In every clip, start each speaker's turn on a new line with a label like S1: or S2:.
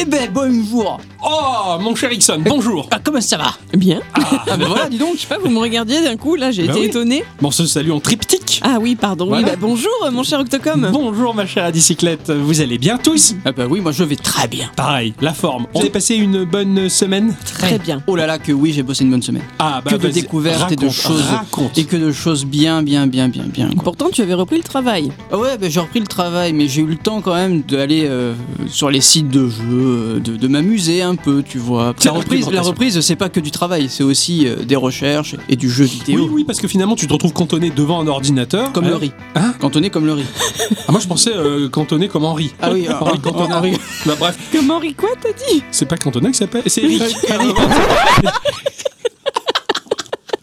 S1: Eh ben, bonjour
S2: Oh, mon cher Ixon, bonjour
S1: Ah, comment ça va
S3: Bien.
S2: Ah,
S1: Ah, ben voilà, dis donc
S3: Je sais pas, vous me regardiez d'un coup, là, j'ai
S2: Bah
S3: été
S2: oui.
S3: étonnée.
S2: Bon, ce salut en triptyque
S3: Ah oui, pardon.
S2: Voilà.
S3: Oui, bah, bonjour, mon cher
S1: Hum.
S3: Octocom.
S2: Bonjour ma chère à bicyclette, vous allez bien tous
S1: Ah, bah oui, moi je vais très bien.
S2: Pareil, la forme. On a passé une bonne semaine
S3: Très bien.
S1: Oh là là, que oui, j'ai bossé une bonne semaine.
S2: Ah bah
S1: Que de
S2: vas-y,
S1: découvertes et de
S2: raconte,
S1: choses.
S2: Raconte.
S1: Et que de choses bien, bien, bien, bien, bien. quoi.
S3: Pourtant, tu avais repris le travail.
S1: Ah ouais, bah, j'ai repris le travail, mais j'ai eu le temps quand même d'aller euh, sur les sites de jeux, euh, de, de m'amuser un peu, tu vois.
S2: C'est
S1: La reprise, la
S2: l'argumentation.
S1: reprise, c'est pas que du travail, c'est aussi euh, des recherches et du jeu
S2: Oui,
S1: vidéo.
S2: oui, parce que finalement tu te retrouves cantonné devant un ordinateur.
S1: Comme
S2: Ah,
S1: le riz.
S2: Hein
S1: Cantonné comme le riz.
S2: ah, moi je pensais euh, cantonné comme Henri.
S1: Ah oui,
S2: Henri Cantona.
S1: Henri-
S2: Bah bref,
S3: Comment, Henri, quoi, t'as dit
S2: c'est pas Cantona qui s'appelle, c'est Eric. bah,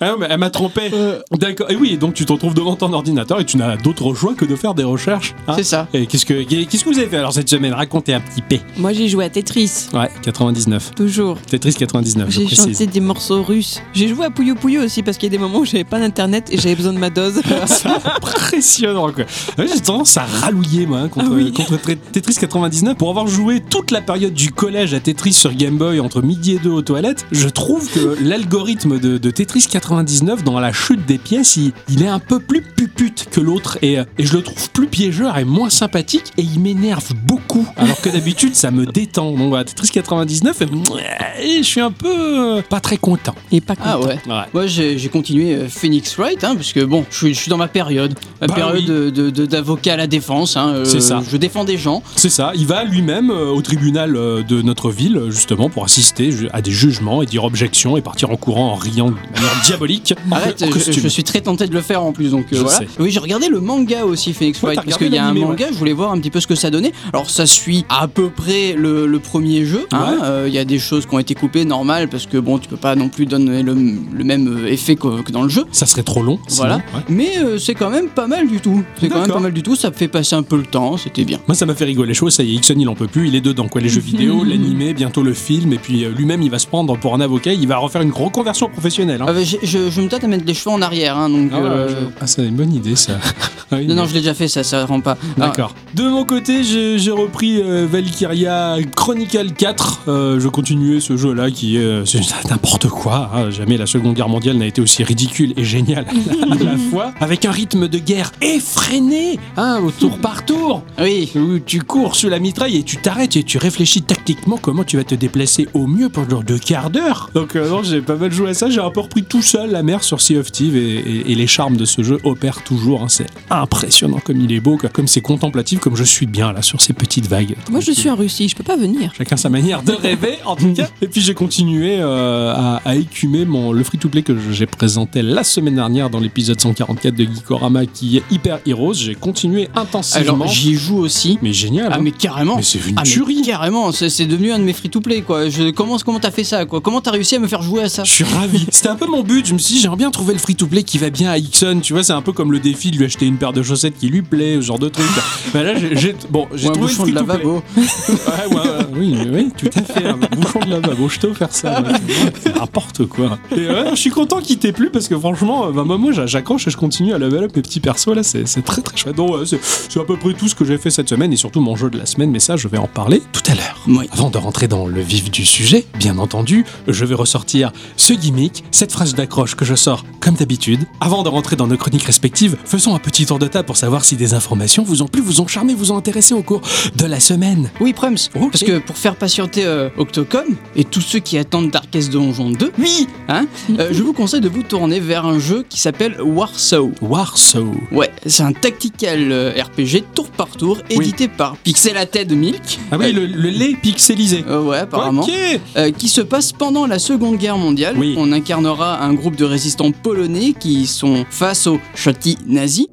S2: Ah, mais elle m'a trompé.
S1: Euh.
S2: D'accord. Et oui, donc tu te retrouves devant ton ordinateur et tu n'as d'autre choix que de faire des recherches. hein.
S1: Ah, C'est ça.
S2: Et qu'est-ce que, qu'est-ce que vous avez fait alors cette semaine Racontez un petit P.
S3: Moi, j'ai joué à Tetris.
S2: Ouais, 99.
S3: Toujours.
S2: Tetris 99, Ah, je
S3: J'ai
S2: précise.
S3: chanté des morceaux russes. J'ai joué à Pouyo Pouyo aussi parce qu'il y a des moments où j'avais pas d'internet et j'avais besoin de ma dose.
S2: C'est impressionnant quoi. Ouais, J'ai tendance à rallouiller moi hein, contre,
S3: Ah oui.
S2: contre Tre- Tetris 99 pour avoir joué toute la période du collège à Tetris sur Game Boy entre midi et deux aux toilettes. Je trouve que l'algorithme de, de Tetris 99 dans la chute des pièces, il, il est un peu plus pupute que l'autre et, euh, et je le trouve plus piégeur et moins sympathique et il m'énerve beaucoup. Alors que d'habitude ça me détend. Donc voilà, Tetris 99, et je suis un peu euh, pas très content.
S3: et pas
S1: Ah
S3: content.
S1: ouais.
S2: Ouais.
S1: Moi j'ai j'ai continué euh, Phoenix Wright, hein, parce que bon, je suis, je suis dans ma période, ma
S2: Bah
S1: période
S2: oui.
S1: de- de- de- d'avocat à la défense. hein, euh,
S2: C'est ça.
S1: Je défends des gens.
S2: C'est ça, il va lui-même euh, au tribunal euh, de notre ville, euh, justement, pour assister ju- à des jugements et dire objection et partir en courant en riant de manière diabolique. en-
S1: Arrête,
S2: en
S1: je,
S2: costume.
S1: je suis très tenté de le faire en plus, donc euh,
S2: Je
S1: voilà.
S2: sais.
S1: Oui, j'ai regardé le manga aussi, Phoenix
S2: Ouais,
S1: Wright,
S2: t'as
S1: parce qu'il
S2: regardé
S1: y a un
S2: l'animé, ouais.
S1: manga, je voulais voir un petit peu ce que ça donnait. Alors ça suit à peu près le, le premier jeu. hein, euh, Il
S2: Ouais.
S1: y a des choses qui ont été coupées, normal, parce que bon, tu peux pas non plus donner le, le même euh, effet que, que dans le jeu.
S2: Ça serait trop long. sinon,
S1: Voilà.
S2: ouais.
S1: Mais euh, c'est quand même pas mal du tout. C'est quand même
S2: D'accord.
S1: pas mal du tout, ça me fait passer un peu le temps, c'était bien.
S2: Moi, ça m'a fait rigoler chaud, ça y est, Ixon, il en peut plus, il est dedans, quoi. Les jeux vidéo, l'animé, bientôt le film, et puis euh, lui-même, il va se prendre pour un avocat, il va refaire une reconversion professionnelle. hein.
S1: Ah, mais j'ai- je, je me tâte à mettre les cheveux en arrière, hein, donc.
S2: Ah, ouais,
S1: euh,
S2: je- ah, c'est une bonne idée, ça. Ah oui,
S1: Non, non,
S2: mais-
S1: je l'ai déjà fait, ça, ça rend pas. Ah.
S2: D'accord. Ah. De mon côté, j'ai j'ai repris euh, Valkyria Chronicle 4. Euh, je continuais ce jeu-là qui est euh, c'est n'importe quoi. hein. Jamais la Seconde Guerre mondiale n'a été aussi ridicule et géniale à la fois. Avec un rythme de guerre effréné, hein, au tour par tour,
S1: Ah, oui.
S2: où Euh, tu cours sous la mitraille et tu t'arrêtes et tu réfléchis tactiquement comment tu vas te déplacer au mieux pendant deux quarts d'heure. Donc euh, non, j'ai pas mal joué à ça. J'ai un peu repris tout seul la mer sur Sea of Thieves et, et- et les charmes de ce jeu opèrent toujours. hein. C'est impressionnant comme il est beau, quoi. comme c'est contemplatif, comme je suis bien là sur ces petites vagues. euh,
S3: Moi, je suis en Russie, je peux pas venir.
S2: Chacun sa manière de rêver, en tout cas. Et puis j'ai continué euh, à, à écumer mon, le free-to-play que j'ai présenté la semaine dernière dans l'épisode 144 de Geekorama qui est Hyper Heroes. J'ai continué intensivement.
S1: Alors, j'y joue aussi.
S2: mais génial.
S1: Ah,
S2: hein.
S1: mais carrément.
S2: Mais c'est une
S1: Ah, mais
S2: tuerie.
S1: carrément, c'est c'est devenu un de mes free-to-play, quoi. Je, comment comment t'as fait ça, quoi Comment t'as réussi à me faire jouer à ça
S2: Je suis ravi. C'était un peu mon but. Je me suis dit, j'aimerais bien trouver le free-to-play qui va bien à Ixon. Tu vois, c'est un peu comme le défi de lui acheter une paire de chaussettes qui lui plaît, ce genre de truc. Mais là, j'ai- j'ai bon, j'ai
S1: Ou un
S2: trouvé le
S1: bouchon de
S2: free-to-play.
S1: lavabo.
S2: Ouais, ouais, ouais. oui, oui, tout à fait. hein. Un bouchon de lavabo, je t'ai offert ça. ouais. C'est N'importe quoi. Et ouais, je suis content qu'il t'ait plu parce que franchement, euh, bah, moi, moi, j'a- j'accroche et je continue à level up mes petits persos. Là, c'est c'est très très chouette. Donc, ouais, c'est c'est à peu près tout ce que j'ai fait cette semaine et surtout mon jeu de la semaine. Mais ça, je vais en parler tout à l'heure.
S1: Oui.
S2: Avant de rentrer dans le vif du sujet, bien entendu, je vais ressortir ce gimmick, cette phrase d'accroche que je sors comme d'habitude. Avant de rentrer dans nos chroniques respectives, faisons un petit tour de table pour savoir si des informations vous ont plu, vous ont charmé, vous ont intéressé au cours de la semaine.
S1: Oui, Prems.
S2: Ok.
S1: Parce que pour faire patienter euh, Octocom et tous ceux qui attendent Darkest Donjon 2, oui, hein, euh, je vous conseille de vous tourner vers un jeu qui s'appelle Warsaw.
S2: Warsaw.
S1: Ouais, c'est un tactical euh, RPG tour par tour édité par Pixel Ated Milk.
S2: Ah oui, le, le lait pixelisé.
S1: Euh, ouais, apparemment.
S2: Ok.
S1: Euh, qui se passe pendant la Seconde Guerre mondiale.
S2: Oui.
S1: On incarnera un groupe de résistants polonais qui sont face aux châtis nazis.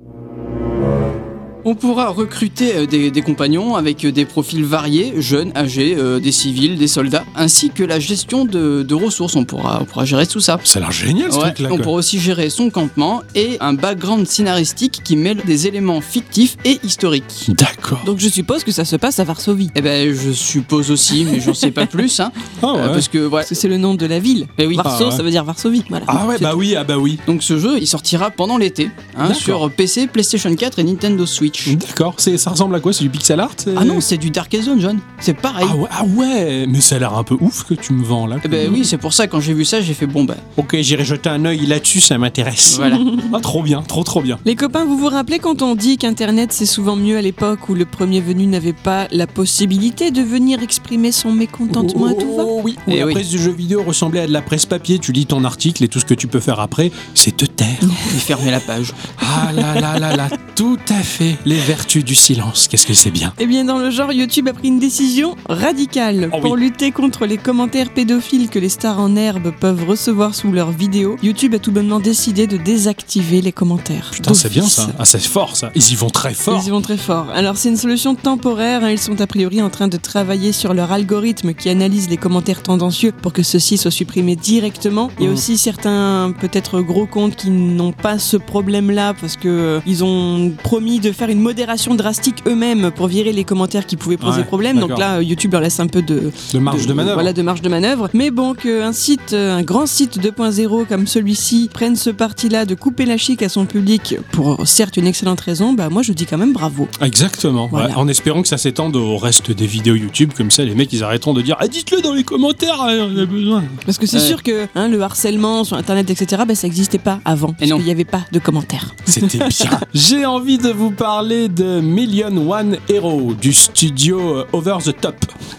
S1: On pourra recruter euh, des, des compagnons avec euh, des profils variés, jeunes, âgés, euh, des civils, des soldats, ainsi que la gestion de, de ressources. On pourra, on pourra gérer tout ça.
S2: Ça a l'air génial ce
S1: Ouais,
S2: truc-là.
S1: on
S2: quoi.
S1: pourra aussi gérer son campement et un background scénaristique qui mêle des éléments fictifs et historiques.
S2: D'accord.
S3: Donc, je suppose que ça se passe à Varsovie.
S1: Eh ben, je suppose aussi, mais j'en sais pas plus, hein,
S2: Ah
S1: euh,
S2: ouais.
S1: parce que voilà.
S3: Parce que c'est le nom de la ville.
S1: Eh oui.
S3: Varso,
S2: Ah ouais.
S3: ça veut dire Varsovie. Voilà.
S2: Ah ouais,
S3: C'est
S2: bah oui, ah bah oui.
S1: Donc ce jeu, il sortira pendant l'été hein,
S2: D'accord.
S1: sur PC, PlayStation 4 et Nintendo Switch. Switch.
S2: D'accord, c'est- ça ressemble à quoi C'est du pixel art c'est-
S1: Ah non, c'est du Dark Zone, John. C'est pareil.
S2: ah ouais, ah ouais, mais ça a l'air un peu ouf que tu me vends là.
S1: Eh ben oui, c'est pour ça quand j'ai vu ça, j'ai fait bon ben.
S2: Ok, j'irai jeter un œil là-dessus, ça m'intéresse.
S1: Voilà.
S2: Ah, trop bien, trop trop bien.
S3: Les copains, vous vous rappelez quand on dit qu'Internet c'est souvent mieux à l'époque où le premier venu n'avait pas la possibilité de venir exprimer son mécontentement à tout va
S2: Oh, oui,
S1: Eh
S2: la
S1: oui.
S2: presse du jeu vidéo ressemblait à de la presse papier. Tu lis ton article et tout ce que tu peux faire après, c'est te taire.
S1: J'ai fermé la page.
S2: ah là là là là, tout à fait. Les vertus du silence, qu'est-ce que c'est bien.
S3: Eh bien, dans le genre, YouTube a pris une décision radicale.
S2: Oh
S3: Pour lutter contre les commentaires pédophiles que les stars en herbe peuvent recevoir sous leurs vidéos, YouTube a tout bonnement décidé de désactiver les commentaires.
S2: Putain, c'est bien
S3: d'office.
S2: ça. Ah, c'est fort ça. Ils y vont très fort.
S3: Ils y vont très fort. Alors c'est une solution temporaire, hein. ils sont a priori en train de travailler sur leur algorithme qui analyse les commentaires tendancieux pour que ceux-ci soient supprimés directement. Il y a
S2: Mhm.
S3: aussi certains peut-être gros comptes qui n'ont pas ce problème-là parce que euh, ils ont promis de faire une modération drastique eux-mêmes pour virer les commentaires qui pouvaient poser
S2: Ouais,
S3: problème. Donc
S2: d'accord.
S3: là euh, YouTube leur laisse un peu de,
S2: De marge de manœuvre.
S3: voilà, de marge de manœuvre. Mais bon, qu'un site, euh, un grand site 2.0 comme celui-ci prenne ce parti-là de couper la chic à son public pour certes une excellente raison, bah moi je dis quand même bravo.
S2: Exactement. ouais.
S3: Voilà.
S2: En espérant que ça s'étende au reste des vidéos YouTube, comme ça les mecs ils arrêteront de dire ah, dites-le dans les commentaires, hein, on a besoin.
S3: Parce que c'est
S1: Ouais.
S3: sûr que hein, le harcèlement sur internet, etc., bah, ça n'existait pas avant. Parce
S1: non.
S3: qu'il n'y avait pas de commentaires.
S2: C'était bien. J'ai envie de vous parler de Million One Hero du studio euh, Over the Top.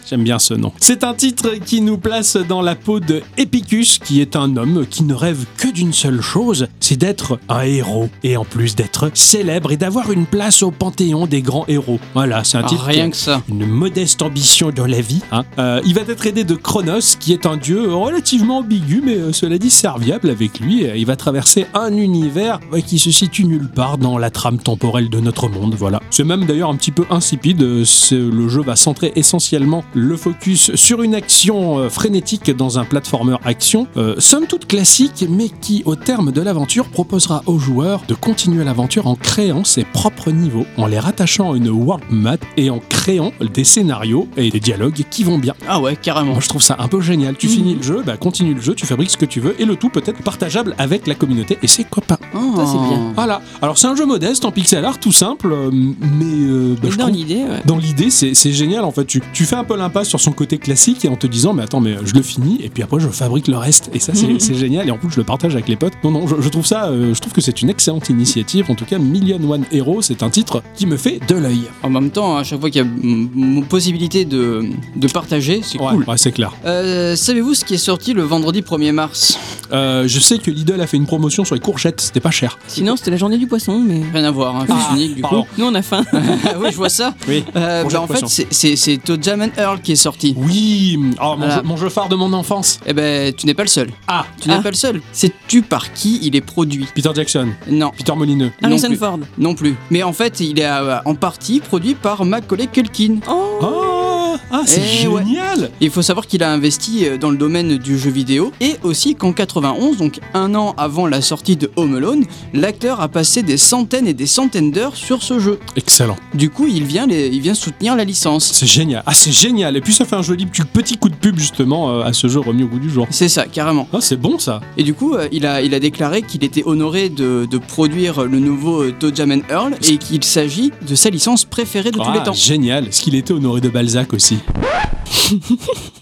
S2: J'aime bien ce nom. C'est un titre qui nous place dans la peau de Epicus, qui est un homme qui ne rêve que d'une seule chose, c'est d'être un héros. Et en plus d'être célèbre et d'avoir une place au panthéon des grands héros. Voilà, c'est un
S1: Ah,
S2: titre. qui-
S1: rien que ça.
S2: une modeste ambition dans la vie. hein. Euh, il va être aidé de Chronos, qui est un dieu relativement ambigu, mais euh, cela dit serviable avec lui. Euh, Il va traverser un univers euh, qui se situe nulle part dans la trame temporelle de notre monde. Voilà. C'est même d'ailleurs un petit peu insipide. euh, c'est- Le jeu va centrer essentiellement le focus sur une action euh, frénétique dans un platformer action, euh, somme toute classique, mais qui, au terme de l'aventure, proposera aux joueurs de continuer l'aventure en créant ses propres niveaux, en les rattachant à une world map et en créant des scénarios et des dialogues qui vont bien.
S1: Ah ouais, carrément.
S2: Moi, je trouve ça un peu génial. Tu
S3: Mhm.
S2: finis le jeu, bah, continue le jeu, tu fabriques ce que tu veux et le tout peut être partageable avec la communauté et ses copains.
S1: Ah.
S3: c'est bien.
S2: Voilà. Alors, c'est un jeu modeste en pixel art, tout simple, euh, mais euh, bah,
S3: Mais
S2: je
S3: dans
S2: trouve
S3: l'idée, ouais.
S2: dans l'idée, c'est c'est génial en fait. Tu, tu fais un peu l'impasse sur son côté classique et en te disant, mais attends, mais euh, je le finis et puis après je fabrique le reste. Et ça,
S1: Mhm.
S2: c'est c'est génial. Et en plus, je le partage avec les potes. Non, non, je, je trouve ça, euh, je trouve que c'est une excellente initiative. En tout cas, Million One Hero, c'est un titre qui me fait de l'œil.
S1: En même temps, à chaque fois qu'il y a mm, possibilité de, de partager, c'est
S2: Ouais,
S1: cool.
S2: ouais, c'est clair.
S1: Euh, Savez-vous ce qui est sorti le vendredi 1er mars
S2: Euh, je sais que Lidl a fait une promotion sur les courgettes, c'était pas cher.
S3: Sinon, c'était la journée du poisson, mais.
S1: Rien à voir, hein, fils
S2: Ah,
S1: unique du
S2: pardon.
S1: coup.
S3: Nous, on a faim.
S1: Ah oui, je vois ça.
S2: Oui.
S1: Euh,
S2: Bon, j'ai
S1: bah, en fait,
S2: l'impression.
S1: c'est- c'est c'est To Jam and Earl qui est sorti.
S2: Oui, oh, mon,
S1: Voilà.
S2: jeu, mon jeu phare de mon enfance.
S1: Eh ben, tu n'es pas le seul.
S2: Ah,
S1: Tu n'es
S3: Ah.
S1: pas le seul. Sais-tu par qui il est produit
S2: Peter Jackson,
S1: Non,
S2: Peter Molineux.
S1: Non
S3: Harrison
S1: plus.
S3: Ford.
S1: non plus. Mais en fait, il est euh, en partie produit par Macaulay Culkin.
S3: Oh
S2: Oh, ah, c'est
S1: Eh ouais.
S2: génial!
S1: Il faut savoir qu'il a investi euh, dans le domaine du jeu vidéo et aussi qu'en 91, donc un an avant la sortie de Home Alone, l'acteur a passé des centaines et des centaines d'heures sur ce jeu.
S2: Excellent.
S1: Du coup, il vient, les- il vient soutenir la licence.
S2: C'est génial. Ah, c'est génial. Et puis ça fait un joli petit- petit coup de pub justement euh, à ce jeu remis au goût du jour.
S1: C'est ça, carrément.
S2: Ah, c'est bon ça.
S1: Et du coup, euh, il a, il a déclaré qu'il était honoré de, de produire le nouveau euh, Toe Jam and Earl et qu'il s'agit de sa licence préférée de tous
S2: Ah,
S1: les temps.
S2: Génial. Est-ce qu'il était honoré de Balzac aussi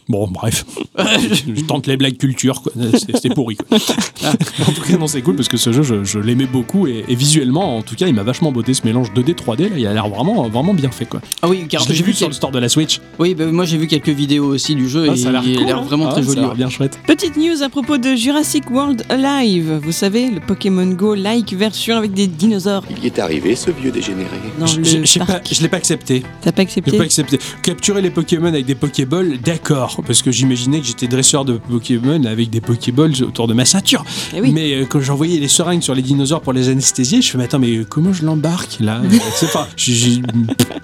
S2: Bon, bref. je tente les blagues culture. quoi. Euh, C'est- C'était pourri. quoi. en tout cas, non, c'est cool parce que ce jeu, je, je l'aimais beaucoup et, et visuellement, en tout cas, il m'a vachement beauté ce mélange 2D 3D. Là, il a l'air vraiment, vraiment bien fait quoi.
S1: Ah oui, car
S2: Je l'ai
S1: j'ai
S2: vu
S1: vu,
S2: sur
S1: quel-
S2: le store de la Switch.
S1: oui, bah, moi j'ai vu quelques vidéos aussi du jeu
S2: Ah,
S1: et
S2: ça a l'air
S1: il a
S2: cool,
S1: l'air
S2: hein.
S1: vraiment
S2: Ah,
S1: très joli.
S2: Ça a l'air bien chouette.
S3: Petite news à propos de Jurassic World Alive. Vous savez, le Pokémon Go like version avec des dinosaures
S4: Il y est arrivé, ce vieux dégénéré.
S3: dans
S2: Je-
S3: le
S2: je- je sais pas,
S3: parc.
S2: je l'ai pas accepté.
S3: T'as pas
S2: Je
S3: accepté
S2: peux accepter. Capturer les Pokémon avec des Pokéballs, d'accord, parce que j'imaginais que j'étais dresseur de Pokémon avec des Pokéballs autour de ma ceinture.
S3: Eh oui.
S2: Mais euh, quand j'envoyais les seringues sur les dinosaures pour les anesthésier, je me attends, mais euh, comment je l'embarque là Euh, C'est pas. j'ai- j'ai-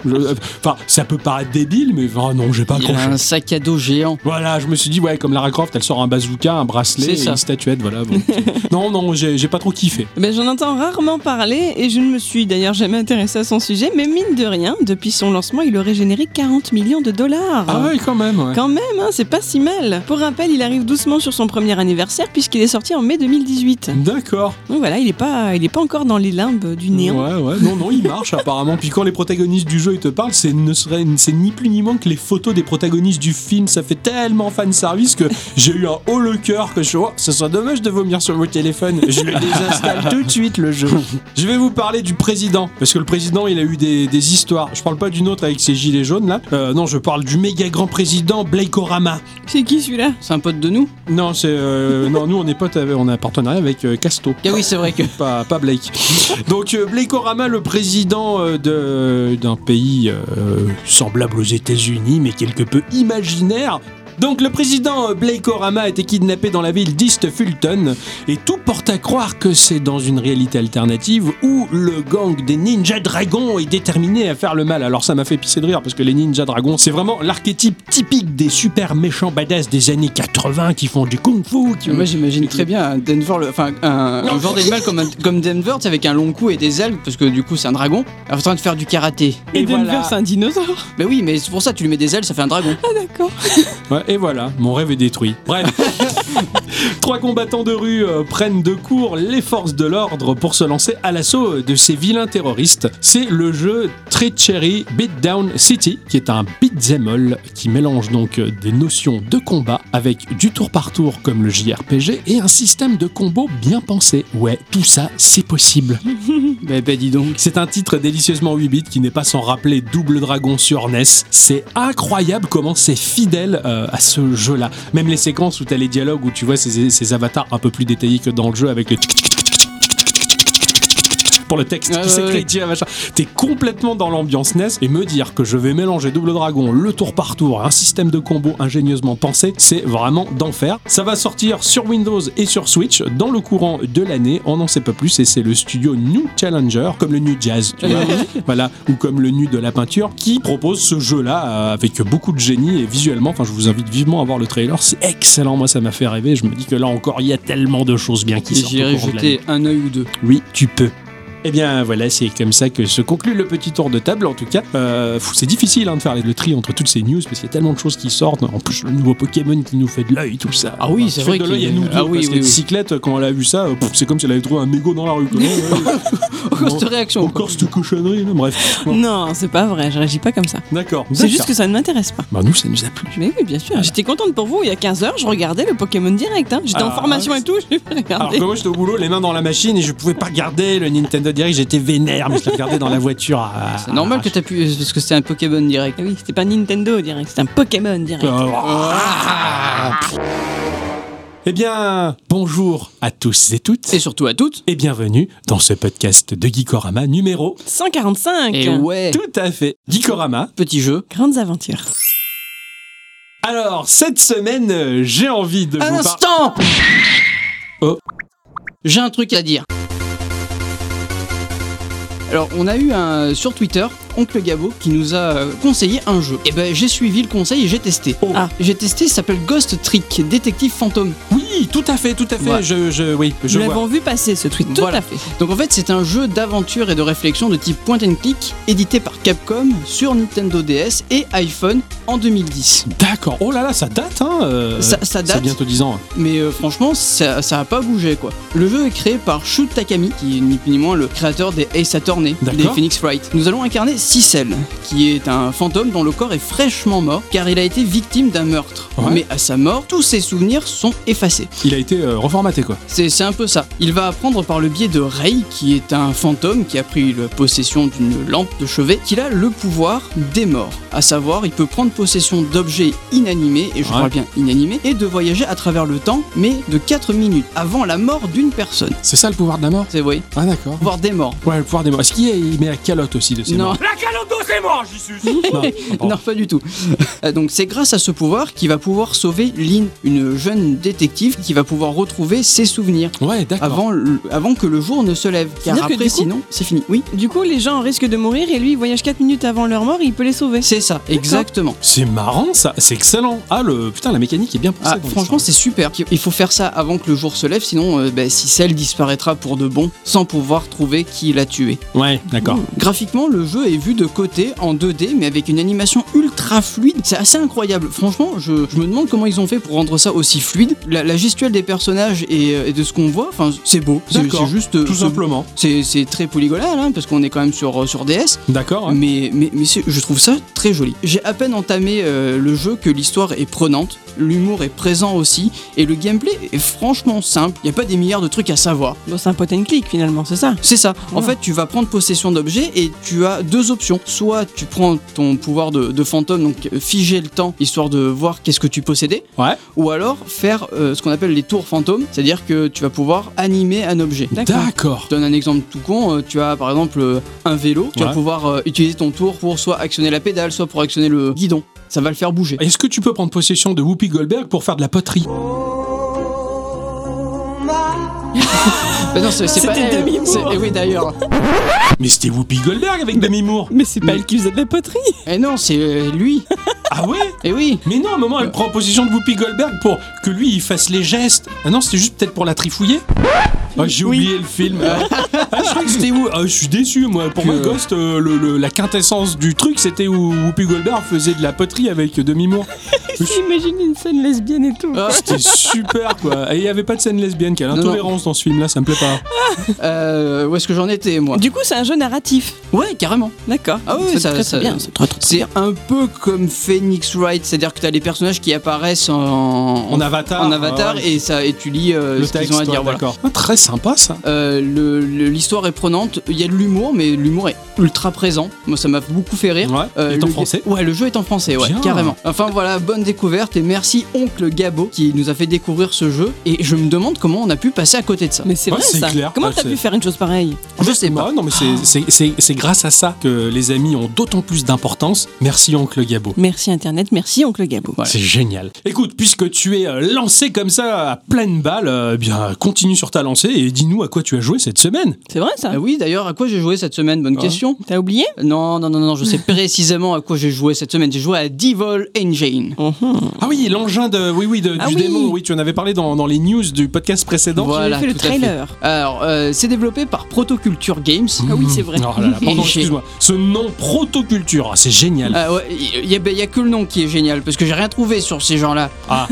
S2: je- euh, Enfin, ça peut paraître débile, mais oh non, j'ai pas
S1: Il a
S2: accroché.
S1: un sac à dos géant.
S2: Voilà, je me suis dit, ouais, comme Lara Croft, elle sort un bazooka, un bracelet,
S1: C'est
S2: et
S1: ça.
S2: une statuette, voilà. bon, ok. non, non, j'ai j'ai pas trop kiffé.
S3: Ben, J'en entends rarement parler et je ne me suis d'ailleurs jamais intéressée à son sujet, mais mine de rien, depuis son lancement, il aurait généré 40 millions de dollars.
S2: Ah ouais, quand même, ouais.
S3: Quand même, hein, hein, c'est pas si mal. Pour rappel, il arrive doucement sur son premier anniversaire puisqu'il est sorti en mai 2018.
S2: D'accord.
S3: Donc voilà, il est pas, il est pas encore dans les limbes du
S2: Ouais,
S3: néant.
S2: ouais. Non, non, il marche apparemment. Puis quand les protagonistes du jeu ils te parlent, c'est ne serait, c'est ni plus ni moins que les photos des protagonistes du film. Ça fait tellement fan service que j'ai eu un haut le cœur que je suis, oh, ce serait dommage de vomir sur mon téléphone. Je le désinstalle tout de suite le jeu. Je vais vous parler du président parce que le président il a eu des, des histoires. Je parle pas d'une autre avec ses gilets jaunes là. Euh, non, je parle du méga grand président Blake Orama.
S3: C'est qui celui-là
S1: C'est un pote de nous
S2: Non, c'est euh, non, nous on est potes, avec- on a un partenariat avec euh, Casto.
S1: Ah oui, c'est vrai que.
S2: Pas, pas Blake. Donc euh, Blake Orama, le président euh, de- d'un pays euh, semblable aux États-Unis, mais quelque peu imaginaire. Donc le président euh, Blake Orama a été kidnappé dans la ville d'East Fulton et tout porte à croire que c'est dans une réalité alternative où le gang des ninjas dragons est déterminé à faire le mal. Alors ça m'a fait pisser de rire parce que les ninjas dragons c'est vraiment l'archétype typique des super méchants badass des années 80 qui font du kung-fu, qui
S1: Moi j'imagine très bien un Denver, le- enfin un, un genre d'animal comme, un- comme Denver, tu sais, avec un long cou et des ailes, parce que du coup c'est un dragon, en train de faire du karaté.
S3: Et,
S1: Et
S3: Denver,
S1: voilà.
S3: c'est un dinosaure.
S1: Mais oui, mais c'est pour ça, tu lui mets des ailes, ça fait un dragon.
S3: Ah d'accord.
S2: Ouais, et voilà, mon rêve est détruit. Bref, trois combattants de rue euh, prennent de court les forces de l'ordre pour se lancer à l'assaut de ces vilains terroristes. C'est le jeu Treachery Beatdown City, qui est un beat'em all qui mélange donc euh, des notions de combat avec du tour par tour comme le JRPG et un système de combo bien pensé. Ouais, tout ça, c'est possible.
S1: Bah, bah dis donc.
S2: C'est un titre délicieusement 8 bits qui n'est pas sans rappeler Double Dragon sur NES. C'est incroyable comment c'est fidèle euh, à ce jeu-là. Même les séquences où t'as les dialogues où tu vois ces, ces avatars un peu plus détaillés que dans le jeu avec le tchic, tchic, tchic, tchic, tchic, tchic pour le texte
S1: Ouais,
S2: qui
S1: ouais,
S2: s'écrit,
S1: ouais.
S2: tu vois, machin. T'es complètement dans l'ambiance NES et me dire que je vais mélanger Double Dragon, le tour par tour, un système de combo ingénieusement pensé, c'est vraiment d'enfer. Ça va sortir sur Windows et sur Switch dans le courant de l'année. On n'en sait pas plus et c'est le studio New Challenger, comme le New Jazz, tu vois, voilà, ou comme le nu de la peinture, qui propose ce jeu-là euh, avec beaucoup de génie et visuellement. Enfin, je vous invite vivement à voir le trailer. C'est excellent. Moi, ça m'a fait rêver. Je me dis que là encore, il y a tellement de choses bien qui
S1: Et
S2: sortent. au
S1: J'irai
S2: courant de l'année.
S1: jeter un œil ou deux.
S2: Oui, tu peux. Eh bien voilà, c'est comme ça que se conclut le petit tour de table. En tout cas, Euh, fou, c'est difficile hein, de faire le tri entre toutes ces news parce qu'il y a tellement de choses qui sortent. En plus, le nouveau Pokémon qui nous fait de l'œil, tout ça.
S1: Ah oui,
S2: Enfin,
S1: c'est
S2: fait
S1: vrai
S2: de l'œil
S1: qu'il-
S2: à nous deux,
S1: ah oui,
S2: parce
S1: oui,
S2: que
S1: oui.
S2: Cyclette, quand elle a vu ça, euh, pff, c'est comme si elle avait trouvé un mégot dans la rue. quoi. Ouais, ouais,
S1: Encore cette réaction. quoi.
S2: Encore cette cochonnerie, là. bref. Bon,
S3: Non, c'est pas vrai. Je réagis pas comme ça.
S2: D'accord.
S3: C'est juste
S2: D'accord.
S3: que ça ne m'intéresse pas.
S2: Bah nous ça nous a plu.
S3: Mais oui, bien sûr. J'étais contente pour vous. Il y a 15 heures, je regardais le Pokémon direct. hein. J'étais en
S2: Ah,
S3: formation et tout. Je
S1: Ah,
S2: Alors que
S3: regardé.
S2: moi j'étais au boulot, les mains dans la machine et je pouvais pas regarder le Nintendo Direct, j'étais vénère, mais je le regardais dans la voiture. à-
S1: C'est normal que t'as pu. Parce que c'est un Pokémon direct.
S3: Ah oui, c'était pas Nintendo direct. C'était un Pokémon direct.
S2: Ah. Eh bien, bonjour à tous et toutes
S1: Et surtout à toutes.
S2: et bienvenue dans ce podcast de Geekorama numéro.
S3: 145.
S1: Et ouais,
S2: Tout à fait, Geekorama.
S1: petit jeu.
S3: Grandes aventures.
S2: Alors cette semaine, euh, j'ai envie de
S1: Un
S2: vous parler.
S1: instant
S2: Oh.
S1: J'ai un truc à dire. Alors, on a eu un, sur Twitter, Oncle Gabo, qui nous a euh, conseillé un jeu. Et ben, j'ai suivi le conseil et j'ai testé.
S2: Oh.
S3: Ah.
S1: J'ai testé, ça s'appelle Ghost Trick, détective fantôme.
S2: Oui, tout à fait, tout à fait.
S1: Ouais.
S2: Je, je, oui, je
S3: Nous
S2: vois.
S3: l'avons vu passer ce tweet. Tout
S1: Voilà.
S3: à fait.
S1: Donc en fait, c'est un jeu d'aventure et de réflexion de type point and click, édité par Capcom sur Nintendo DS et iPhone en 2010.
S2: D'accord. Oh là là, ça date, hein. euh,
S1: Ça- ça
S2: C'est
S1: date.
S2: bientôt 10 ans. hein.
S1: Mais euh, franchement, ça, ça a pas bougé quoi. Le jeu est créé par Shu Takami, qui est ni plus ni moins le créateur des Ace Attorney,
S2: D'accord.
S1: des Phoenix Wright. Nous allons incarner Cicel, qui est un fantôme dont le corps est fraîchement mort car il a été victime d'un meurtre.
S2: Ouais.
S1: Mais à sa mort, tous ses souvenirs sont effacés.
S2: Il a été euh, reformaté quoi.
S1: C'est c'est un peu ça. Il va apprendre par le biais de Ray, qui est un fantôme qui a pris la possession d'une lampe de chevet, qu'il a le pouvoir des morts. À savoir, il peut prendre possession d'objets inanimés, et je
S2: Ouais.
S1: parle bien inanimés, et de voyager à travers le temps, mais de 4 minutes avant la mort d'une personne.
S2: C'est ça le pouvoir de la mort
S1: C'est vrai,
S2: Ah d'accord.
S1: voir des morts.
S2: Ouais, le pouvoir des morts. Est-ce qu'il y a- il met la calotte aussi de ses
S1: Non.
S2: morts
S5: La calotte c'est mort, j'y suis
S2: Non.
S3: Oh.
S2: Bon.
S1: Non, pas du tout. Euh, Donc c'est grâce à ce pouvoir qu'il va pouvoir sauver Lynn, une jeune détective qui va pouvoir retrouver ses souvenirs
S2: Ouais, d'accord.
S1: avant, le- avant que le jour ne se lève. Car
S3: C'est-à-dire que
S1: après,
S3: du coup-
S1: sinon, c'est fini. Oui,
S3: Du coup, les gens risquent de mourir et lui, il voyage 4 minutes avant leur mort et il peut les sauver.
S1: c'est ça, exactement.
S2: C'est marrant ça, c'est excellent. Ah le putain, la mécanique est bien pensée.
S1: Ah,
S2: dans
S1: franchement,
S2: l'histoire.
S1: c'est super. Il faut faire ça avant que le jour se lève, sinon, euh, bah, si celle disparaîtra pour de bon, sans pouvoir trouver qui l'a tué.
S2: Ouais, d'accord.
S1: Graphiquement, le jeu est vue de côté en 2D, mais avec une animation ultra fluide. C'est assez incroyable. Franchement, je, je me demande comment ils ont fait pour rendre ça aussi fluide. La, la gestuelle des personnages et, euh, et de ce qu'on voit, enfin, c'est beau. C'est
S2: D'accord.
S1: c'est juste. euh,
S2: Tout
S1: c'est-
S2: simplement.
S1: C'est c'est très polygonal, hein, parce qu'on est quand même sur, euh, sur DS.
S2: D'accord. hein.
S1: Mais, mais, mais c'est- je trouve ça très joli. J'ai à peine entamé euh, le jeu que l'histoire est prenante, l'humour est présent aussi, et le gameplay est franchement simple. Il n'y a pas des milliards de trucs à savoir.
S3: Bon, c'est un pot and click finalement, c'est ça
S1: C'est ça. En
S3: Ouais.
S1: fait, tu vas prendre possession d'objets et tu as deux options. Soit tu prends ton pouvoir de, de fantôme, donc euh, figer le temps, histoire de voir qu'est-ce que tu possédais.
S2: Ouais.
S1: Ou alors faire euh, ce qu'on appelle les tours fantômes, c'est-à-dire que tu vas pouvoir animer un objet.
S2: D'accord.
S1: Je te donne un exemple tout con, euh, tu as par exemple euh, un vélo, tu vas
S2: Ouais.
S1: pouvoir euh, utiliser ton tour pour soit actionner la pédale, soit pour actionner le guidon. Ça va le faire bouger.
S2: Est-ce que tu peux prendre possession de Whoopi Goldberg pour faire de la poterie Ah,
S1: Bah non, c'est c'est pas
S3: C'était
S1: elle.
S3: demi-mot.
S1: C'est- eh oui d'ailleurs.
S2: Mais c'était Whoopi Goldberg avec Demi Moore.
S3: Mais c'est pas
S1: Mais-
S3: elle qui faisait de la poterie
S1: Et non, c'est euh, lui.
S2: Ah ouais
S1: Et oui.
S2: Mais non, à un moment, elle prend position de Whoopi Goldberg pour que lui, il fasse les gestes. Ah non, c'était juste peut-être pour la trifouiller ah, J'ai oublié le film. ah, je crois que c'était où Ah, Je suis déçu, moi. Pour
S1: Que-
S2: moi, Ghost, euh, le- le- la quintessence du truc, c'était où Whoopi Goldberg faisait de la poterie avec demi-mour.
S3: Imagine une scène lesbienne et tout
S1: Ah,
S2: C'était super, quoi. Et il n'y avait pas de scène lesbienne. Quelle
S1: Non, non.
S2: intolérance dans ce film-là, ça me plaît pas.
S1: euh, où est-ce que j'en étais moi
S3: Du coup, c'est un jeu narratif,
S1: Ouais, carrément.
S3: d'accord
S1: Ah oui,
S3: C'est
S1: ça-
S3: très,
S1: ça-
S3: très bien, c'est très, très, très
S1: C'est un peu comme Phoenix Wright, c'est-à-dire que t'as les personnages qui apparaissent en,
S2: En avatar.
S1: en avatar euh,
S2: ah ouais.
S1: et ça et tu lis euh,
S2: le
S1: ce qu'ils ont
S2: texte,
S1: à
S2: ouais,
S1: dire. voilà.
S2: d'accord. Ah, très sympa, ça.
S1: Euh, le- le- L'histoire est prenante, il y a de l'humour, mais l'humour est ultra présent. Moi, ça m'a beaucoup fait rire.
S2: Ouais.
S1: Euh,
S2: il est en
S1: le-
S2: français.
S1: Ouais, le jeu est en français, ouais,
S2: Bien.
S1: carrément. Enfin voilà, bonne découverte et merci Oncle Gabo qui nous a fait découvrir ce jeu. Et je me demande comment on a pu passer à côté de ça.
S3: Mais c'est
S2: Ouais,
S3: vrai
S2: c'est
S3: ça
S2: clair.
S3: Comment
S2: Ouais,
S3: t'as
S2: c'est-
S3: pu faire une chose pareille
S1: je sais pas.
S2: Ah, non, mais c'est- c'est- c'est c'est grâce à ça que les amis ont d'autant plus d'importance. Merci, oncle Gabo.
S3: Merci Internet, merci Oncle Gabo.
S1: Ouais.
S2: C'est génial. Écoute, puisque tu es euh, lancé comme ça à pleine balle, euh, eh bien continue sur ta lancée et dis-nous à quoi tu as joué cette semaine.
S3: C'est vrai ça
S1: Ah oui, d'ailleurs, à quoi j'ai joué cette semaine Bonne
S2: Ah.
S1: question.
S3: T'as oublié
S1: Non, non, non, non, je sais précisément à quoi j'ai joué cette semaine. J'ai joué à Devil Engine.
S2: Ah oui, l'engin de, oui, oui, de-
S3: Ah
S2: du
S3: oui.
S2: démon. Oui, tu en avais parlé dans, dans les news du podcast précédent.
S1: Voilà.
S3: J'avais fait le
S1: tout à fait.
S3: trailer.
S1: Alors, euh, c'est développé par Protoculture Games.
S3: Ah oui, c'est vrai.
S2: Oh là là, pardon,
S1: Et j'ai-
S2: excuse-moi. Ce nom protoculture, ah, c'est génial.
S1: Ah ouais, il y, a- ben, y a que le nom qui est génial parce que j'ai rien trouvé sur ces gens-là.
S2: Ah.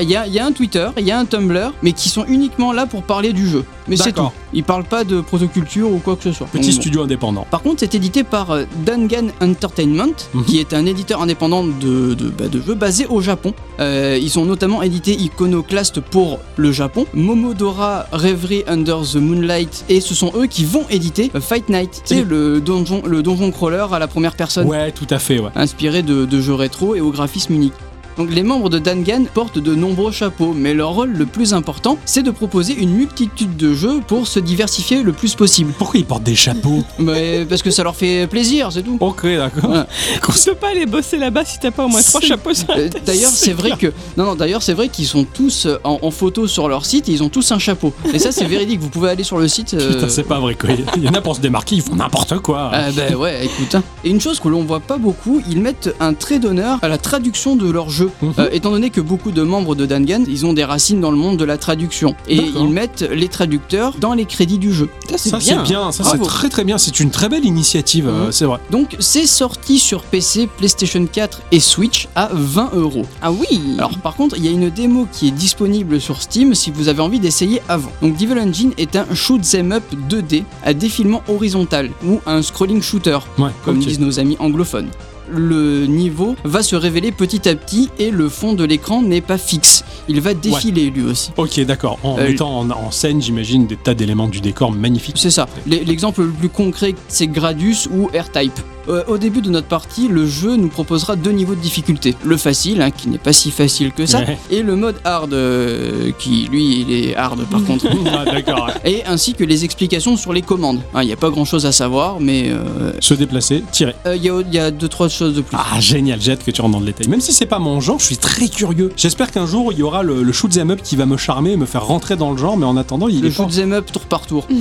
S1: Il y, a, y a un Twitter, il y a un Tumblr, mais qui sont uniquement là pour parler du jeu. Mais c'est tout.
S2: D'accord.
S1: Ils parlent pas de protoculture ou quoi que ce soit.
S2: Petit
S1: Donc, bon.
S2: studio indépendant.
S1: Par contre, c'est édité par euh, Dangan Entertainment,
S2: Mhm.
S1: qui est un éditeur indépendant de, de- bah, de jeux basé au Japon. Euh, ils ont notamment édité Iconoclast pour le Japon, Momodora Reverie Under the Moonlight, et ce sont eux qui vont éditer euh, Fight Night, c'est le donjon, le donjon crawler à la première personne
S2: Ouais, tout à fait. Ouais.
S1: inspiré de, de jeux rétro et au graphisme unique. Donc les membres de Dangan portent de nombreux chapeaux, mais leur rôle le plus important, c'est de proposer une multitude de jeux pour se diversifier le plus possible.
S2: Pourquoi ils portent des chapeaux
S1: Mais parce que ça leur fait plaisir, c'est tout.
S2: Ok, d'accord.
S1: Ouais.
S3: On peut pas aller bosser là-bas si t'as pas au
S2: moins
S3: moins
S2: trois
S3: trois chapeaux sur
S1: Euh, D'ailleurs, c'est vrai que non, non. D'ailleurs, c'est vrai qu'ils sont tous euh, en, en photo sur leur site. Et ils ont tous un chapeau. Et ça, c'est véridique. Vous pouvez aller sur le site. euh,
S2: Putain, c'est pas vrai quoi. Il y en a pour se démarquer, ils font n'importe quoi.
S1: Ah bah ouais, écoute. hein. Et une chose que l'on voit pas beaucoup, ils mettent un trait d'honneur à la traduction de leur jeu.
S2: Mhm.
S1: Euh, étant donné que beaucoup de membres de Dangan, ils ont des racines dans le monde de la traduction. Et
S2: D'accord.
S1: ils mettent les traducteurs dans les crédits du jeu.
S2: ça c'est bien, ça c'est
S1: Bravo.
S2: très très bien, c'est une très belle initiative, euh,
S1: Mhm.
S2: c'est vrai.
S1: Donc c'est sorti sur PC, PlayStation 4 et Switch à 20 euros.
S3: Ah oui
S1: Alors par contre, il y a une démo qui est disponible sur Steam si vous avez envie d'essayer avant. Donc Devil Engine est un shoot 'em up 2D à défilement horizontal ou un scrolling shooter
S2: Ouais,
S1: comme
S2: ok.
S1: disent nos amis anglophones. Le niveau va se révéler petit à petit et le fond de l'écran n'est pas fixe. Il va défiler lui aussi.
S2: Ok, d'accord. En
S1: Euh,
S2: mettant en, en scène, j'imagine, des tas d'éléments du décor magnifiques.
S1: C'est ça. L'e- L'exemple le plus concret, c'est Gradus ou R-Type. Euh, au début de notre partie, le jeu nous proposera deux niveaux de difficulté. Le facile, hein, qui n'est pas si facile que ça,
S2: Ouais.
S1: et le mode hard, euh, qui lui, il est hard par contre.
S2: Ah, d'accord.
S1: Et ainsi que les explications sur les commandes. Hein, Il n'y a pas grand chose à savoir, mais euh,
S2: Se déplacer, tirer.
S1: euh, il y, a- il y a deux, trois choses de plus.
S2: Ah, génial, j'ai hâte que tu rentres dans le détail. Même si c'est pas mon genre, je suis très curieux. J'espère qu'un jour, il y aura le, le shoot 'em up qui va me charmer et me faire rentrer dans le genre, mais en attendant, il
S1: le
S2: est fort.
S1: shoot'em up tour par tour.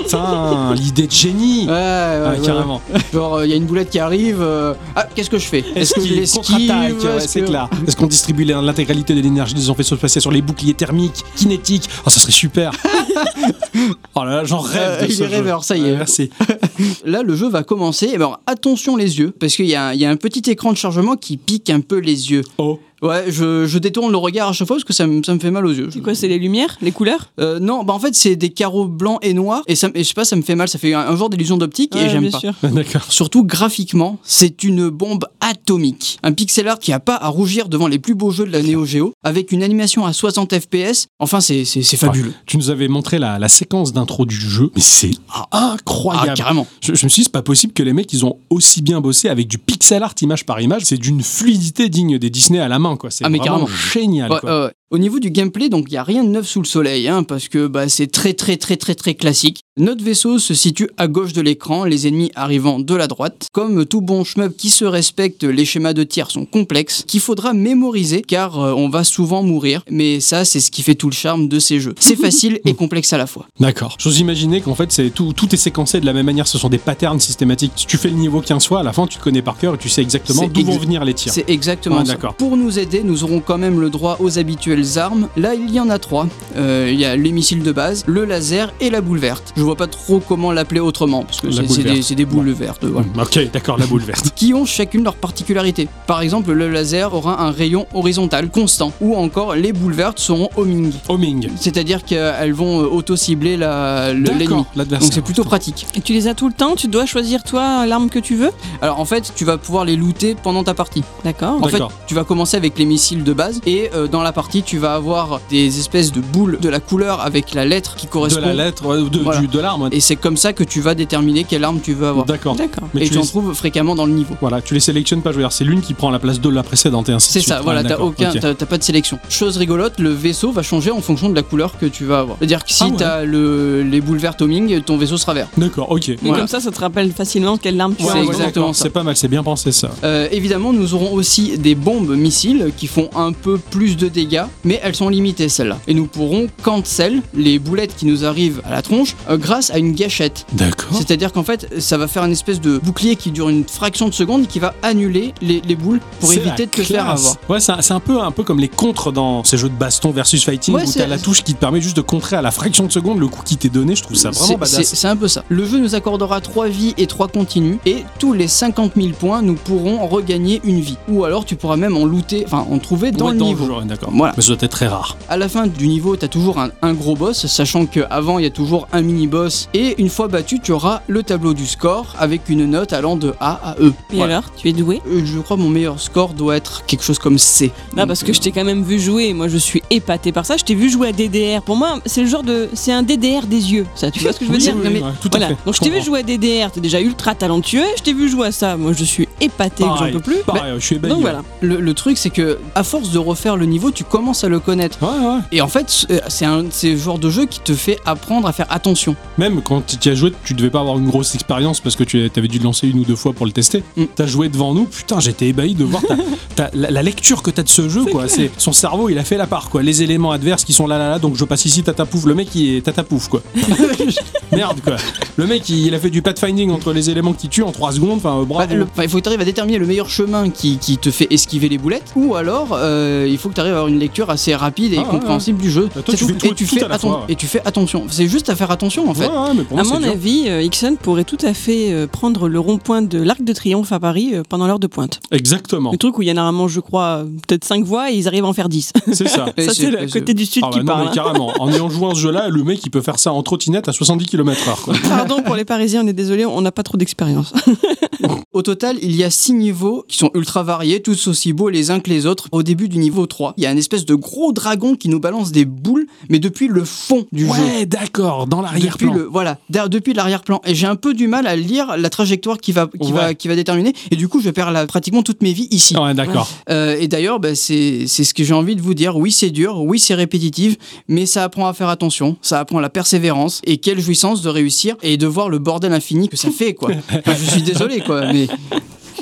S2: Putain, l'idée de génie
S1: Ouais, ouais,
S2: Ah,
S1: ouais, ouais.
S2: carrément.
S1: Genre, euh, il y a une boulette qui arrive. euh, Ah, qu'est-ce que je fais
S2: Est-ce
S1: que je
S2: qu'il contre-attaque
S1: l'esquive
S2: Ouais,
S1: Est-ce
S2: C'est
S1: que-
S2: clair. Est-ce qu'on distribue l'intégralité de l'énergie des faisceaux spatiaux sur les boucliers thermiques, kinétiques Oh, ça serait super Oh là là, j'en rêve.
S1: Euh,
S2: de
S1: il
S2: ce
S1: est
S2: jeu.
S1: rêveur, ça y est.
S2: Ouais, Merci.
S1: Là, le jeu va commencer. Et ben, attention les yeux, parce qu'il y, a un- il y a un petit écran de chargement qui pique un peu les yeux.
S2: Oh.
S1: Ouais, je, je détourne le regard à chaque fois parce que ça, me- ça me fait mal aux yeux.
S3: C'est quoi, c'est les lumières, les couleurs
S1: Euh, non, bah en fait, c'est des carreaux blancs et noirs. Et, ça, me- et je sais pas, ça me fait mal. Ça fait un, un genre d'illusion d'optique et
S3: Ouais,
S1: j'aime
S3: bien
S1: pas.
S3: sûr.
S2: D'accord.
S1: Surtout graphiquement, c'est une bombe atomique. Un pixel art qui a pas à rougir devant les plus beaux jeux de la Neo Geo, avec une animation à 60 fps. Enfin, c'est c'est- c'est fabuleux.
S2: Tu nous avais montré la, la séquence d'intro du jeu, mais c'est
S1: Ah,
S2: incroyable.
S1: carrément.
S2: je, je me suis dit, c'est pas possible que les mecs, ils ont aussi bien bossé avec du pixel art image par image. C'est d'une fluidité digne des Disney à la main, quoi. C'est
S1: Ah, mais
S2: vraiment
S1: carrément.
S2: génial.
S1: Ouais,
S2: quoi.
S1: ouais, ouais. Bah, euh, Au niveau du gameplay, donc il n'y a rien de neuf sous le soleil, hein, parce que bah, c'est très très très très très classique. Notre vaisseau se situe à gauche de l'écran, les ennemis arrivant de la droite. Comme tout bon shmup qui se respecte, les schémas de tir sont complexes, qu'il faudra mémoriser, car euh, on va souvent mourir. Mais ça, c'est ce qui fait tout le charme de ces jeux. C'est facile et complexe à la fois.
S2: D'accord. J'ose imaginer qu'en fait, c'est tout, tout est séquencé de la même manière. Ce sont des patterns systématiques. Si tu fais le niveau 15 fois, à la fin, tu te connais par cœur et tu sais exactement
S1: C'est
S2: d'où vont
S1: exa-
S2: venir les tirs.
S1: C'est exactement
S2: Ouais,
S1: ça.
S2: Ah, d'accord.
S1: Pour nous aider, nous aurons quand même le droit aux habituelles armes. Là, il y en a trois. Euh, il y a les missiles de base, le laser et la boule verte. Je vois pas trop comment l'appeler autrement, parce que
S2: La
S1: c'est
S2: boule
S1: c'est des,
S2: verte.
S1: c'est des boules vertes, voilà.
S2: Mm, Ok, d'accord, la boule verte.
S1: Qui ont chacune leur particularité. Par exemple, le laser aura un rayon horizontal constant, ou encore les boules vertes seront homing.
S2: Homing.
S1: C'est-à-dire qu'elles vont euh, auto-cibler la- le- l'ennemi.
S2: D'accord, l'adversaire.
S1: Donc c'est plutôt pratique.
S3: Et tu les as tout le temps, tu dois choisir toi l'arme que tu veux.
S1: Alors en fait, tu vas pouvoir les looter pendant ta partie.
S3: D'accord.
S1: En fait,
S2: D'accord.
S1: tu vas commencer avec les missiles de base et euh, dans la partie, tu vas avoir des espèces de boules de la couleur avec la lettre qui
S2: de
S1: correspond.
S2: la lettre, ouais, de,
S1: Voilà.
S2: du- de l'arme.
S1: Et c'est comme ça que tu vas déterminer quelle arme tu veux avoir.
S2: D'accord.
S3: D'accord.
S2: Mais
S1: et
S2: tu
S1: tu
S2: les...
S1: en trouves fréquemment dans le niveau.
S2: Voilà, tu les sélectionnes pas, je veux dire, c'est l'une qui prend la place de la précédente et ainsi de
S1: C'est
S2: suite.
S1: ça, voilà,
S2: Ouais,
S1: t'as
S2: d'accord,
S1: aucun,
S2: ok.
S1: t'as- t'as pas de sélection. Chose rigolote, le vaisseau va changer en fonction de la couleur que tu vas avoir. C'est-à-dire que si
S2: Ah ouais.
S1: t'as le, les boules vertes au Ming, ton vaisseau sera vert.
S2: D'accord, ok.
S3: Mais
S1: Voilà.
S3: comme ça, ça te rappelle facilement quelle arme tu
S1: Ouais,
S3: as.
S1: C'est
S2: d'accord,
S1: exactement ça.
S2: C'est pas mal, c'est bien pensé ça.
S1: Euh, évidemment, nous aurons aussi des bombes missiles qui font un peu plus de dégâts, mais elles sont limitées celles-là. Et nous pourrons cancel les boulettes qui nous arrivent à la tronche euh, grâce à une gâchette.
S2: D'accord.
S1: C'est-à-dire qu'en fait, ça va faire une espèce de bouclier qui dure une fraction de seconde qui va annuler les, les boules pour
S2: C'est
S1: éviter
S2: la
S1: de te faire
S2: classe.
S1: avoir.
S2: Ouais, c'est un, c'est un peu, un peu comme les contres dans ces jeux de baston versus fighting
S1: Ouais,
S2: où
S1: c'est-
S2: t'as la touche qui te permet juste de contrer à la fraction de seconde le coup qui t'est donné. Je trouve ça
S1: C'est-
S2: vraiment
S1: c'est-
S2: badass.
S1: C'est un peu ça. Le jeu nous accordera 3 vies et 3 continues, et tous les 50 000 points, nous pourrons regagner une vie. Ou alors tu pourras même en looter, enfin en trouver dans
S2: Ouais,
S1: le niveau.
S2: jeu, ouais, d'accord.
S1: Voilà.
S2: Mais ça doit être très rare.
S1: À la fin du niveau, t'as toujours un, un gros boss, sachant qu'avant, il y a toujours un mini-boss. Et une fois battu, tu auras le tableau du score avec une note allant de A à E.
S3: Et
S1: Voilà.
S3: alors, tu es doué
S1: Euh, Je crois que mon meilleur score doit être quelque chose comme C. euh,
S3: Non, Bah, parce que je t'ai quand même vu jouer. et Moi, je suis épaté par ça. Je t'ai vu jouer à DDR. Pour moi, c'est le genre de, c'est un DDR des yeux. Ça, tu vois ce que je veux
S2: Oui,
S3: dire
S2: oui,
S3: Non, mais
S2: ouais, tout à
S3: Voilà.
S2: fait.
S3: Donc, je t'ai vu
S2: comprends.
S3: jouer à DDR. T'es déjà ultra talentueux. Je t'ai vu jouer à ça. Moi, je suis épaté. que J'en
S2: Pareil,
S3: peux plus. Bah,
S2: Pareil, je suis ébahi. hein.
S3: donc voilà.
S1: Le, le truc, c'est que à force de refaire le niveau, tu commences à le connaître.
S2: Ouais, ouais. ouais.
S1: Et en fait, c'est- c'est un c'est le genre de jeu qui te fait apprendre à faire attention.
S2: Même quand tu y as joué, tu devais pas avoir une grosse expérience parce que tu avais dû le lancer une ou deux fois pour le tester.
S1: Mm.
S2: T'as joué devant nous, putain, j'étais ébahi de voir ta- ta- la, la lecture que t'as de ce jeu, quoi. C'est son cerveau, il a fait la part, quoi. Les éléments adverses qui sont là, là, là, donc je passe ici, tatapouf, le mec, il est tatapouf, quoi. Merde, quoi. Le mec, il, il a fait du pathfinding entre les éléments qui tuent en 3 secondes, enfin, euh,
S1: Bah,
S2: bravo.
S1: le- enfin, il faut que tu arrives à déterminer le meilleur chemin qui, qui te fait esquiver les boulettes, ou alors euh, il faut que tu arrives à avoir une lecture assez rapide et
S2: Ah, ouais,
S1: compréhensible du jeu.
S2: Bah, toi,
S1: C'est
S2: tu fais tout-
S1: et, tu
S2: tout
S1: fais
S2: à la
S1: atten-
S2: fois, ouais.
S1: et tu fais attention. C'est juste à faire attention en fait.
S2: Ouais, ouais, mais pour
S3: À
S2: moi,
S3: mon
S2: c'est dur.
S3: avis, euh, Ixon pourrait tout à fait euh, prendre le rond-point de l'Arc de Triomphe à Paris euh, pendant l'heure de pointe.
S2: Exactement,
S3: Le truc où il y en a normalement, je crois, euh, peut-être 5 voix et ils arrivent à en faire 10.
S2: c'est ça.
S1: Et
S3: ça, c'est le
S1: et
S3: côté du Sud
S2: Ah bah
S3: qui
S2: non,
S3: parle.
S2: mais
S3: hein.
S2: carrément. En ayant joué à ce jeu-là, le mec, il peut faire ça en trottinette à 70 km/h, quoi.
S3: Pardon pour les Parisiens, on est désolé, on n'a pas trop d'expérience.
S1: Au total, il y a 6 niveaux qui sont ultra variés, tous aussi beaux les uns que les autres. Au début du niveau 3, il y a une espèce de gros dragon qui nous balance des boules, mais depuis le fond du jeu.
S2: Ouais, d'accord, dans
S1: Depuis
S2: l'arrière-plan.
S1: le voilà d'ailleurs, depuis l'arrière-plan et j'ai un peu du mal à lire la trajectoire qui va qui va
S2: Ouais.
S1: qui va déterminer et du coup je perds la- pratiquement toutes mes vies ici
S2: Ouais, d'accord.
S1: Euh, et d'ailleurs, bah, c'est c'est ce que j'ai envie de vous dire. Oui, c'est dur, oui, c'est répétitif, mais ça apprend à faire attention, ça apprend la persévérance. Et quelle jouissance de réussir et de voir le bordel infini que ça fait, quoi. Enfin, je suis désolé, quoi, mais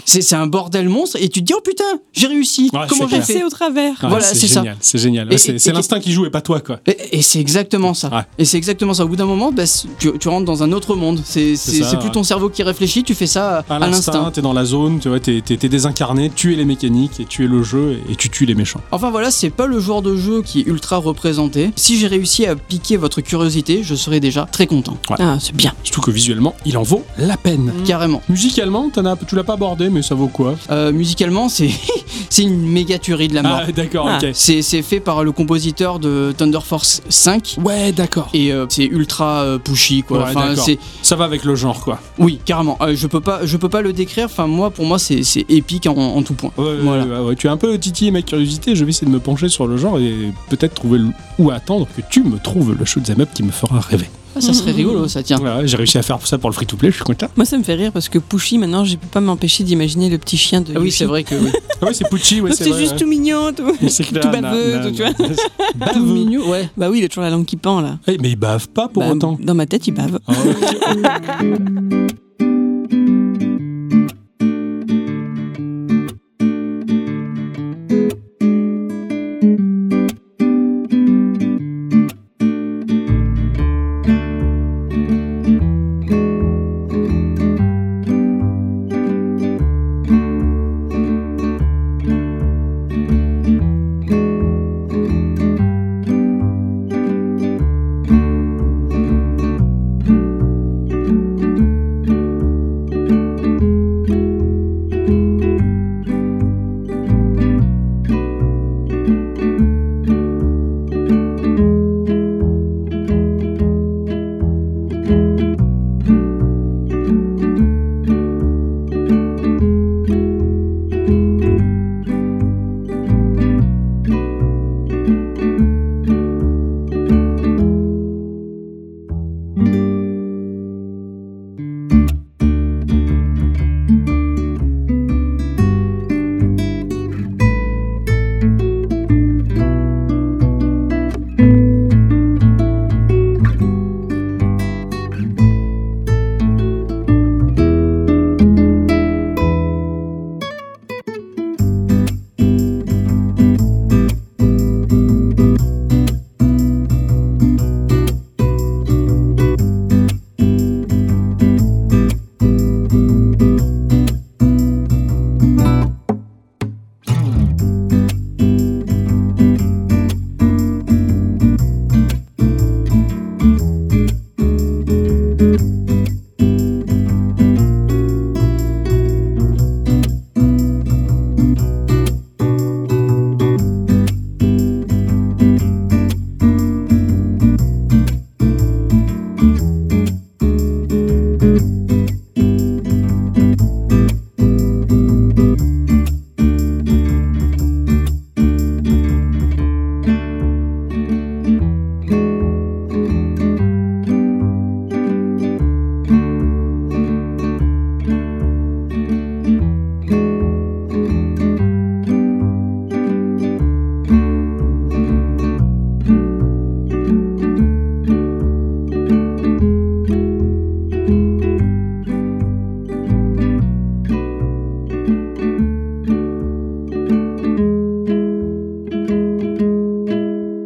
S1: C'est c'est un bordel monstre et tu te dis oh putain, j'ai réussi.
S2: Ouais,
S1: Comment
S2: c'est
S1: j'ai
S2: clair.
S1: fait
S3: Passer au travers.
S2: Ah,
S1: Voilà, c'est ça.
S2: génial, C'est génial. Ouais,
S1: Et-
S2: c'est
S1: et-
S2: c'est
S1: et-
S2: l'instinct qui joue et pas toi, quoi.
S1: et, et c'est exactement ça.
S2: Ouais.
S1: Et c'est exactement ça. Au bout d'un moment, bah, c'est- tu, tu rentres dans un autre monde. C'est c'est-
S2: ça,
S1: c'est plus
S2: ouais.
S1: ton cerveau qui réfléchit, tu fais ça à,
S2: À
S1: l'instinct.
S2: l'instinct, t'es dans la zone, tu vois, t'es t'es- t'es désincarné, tu es les mécaniques et tu es le jeu et tu tues les méchants.
S1: Enfin voilà, c'est pas le genre de jeu qui est ultra représenté. Si j'ai réussi à piquer votre curiosité, je serai déjà très content.
S3: Ah, c'est bien.
S2: Surtout que visuellement, il en vaut la peine.
S3: Mm.
S1: Carrément.
S2: Musicalement, t'en as- tu l'as pas abordé, mais ça vaut quoi
S1: Euh, musicalement, c'est c'est une méga tuerie de la mort.
S2: Ah, d'accord,
S3: Ah.
S2: ok.
S1: C'est c'est fait par le compositeur de Thunder Force 5.
S2: Ah. Ouais, d'accord.
S1: Et euh, c'est ultra euh, pushy quoi.
S2: Ouais,
S1: enfin,
S2: d'accord.
S1: c'est
S2: Ça va avec le genre, quoi.
S1: Oui, carrément. Euh, je peux pas, je peux pas le décrire. Enfin, moi, pour moi, c'est c'est épique en, en tout point.
S2: Ouais,
S1: Voilà.
S2: ouais, ouais, tu as un peu titillé ma curiosité, je vais essayer de me pencher sur le genre et peut-être trouver le- ou attendre que tu me trouves le shoot'em up qui me fera rêver.
S1: Ah, ça serait rigolo, ça tiens.
S2: Ouais, ouais, j'ai réussi à faire ça pour le free-to-play, je suis content.
S3: Moi, ça me fait rire parce que Pushy, maintenant, je peux pas m'empêcher d'imaginer le petit chien de.
S1: Ah oui,
S3: Yoshi.
S1: c'est vrai que oui.
S2: Ah ouais, c'est Pucci, ouais,
S3: Donc,
S2: c'est
S3: c'est
S2: vrai,
S3: juste
S2: ouais.
S3: tout mignon, tout.
S2: C'est clair,
S3: tout
S2: na-
S3: baveux,
S2: na-
S3: tout, tu vois.
S2: na-
S1: tout
S2: Baveux.
S1: mignon, ouais.
S3: Bah oui, il a toujours la langue qui pend là.
S2: Eh, mais ils bavent pas pour
S3: Bah,
S2: autant.
S3: Dans ma tête, il bave.
S2: Ah ouais.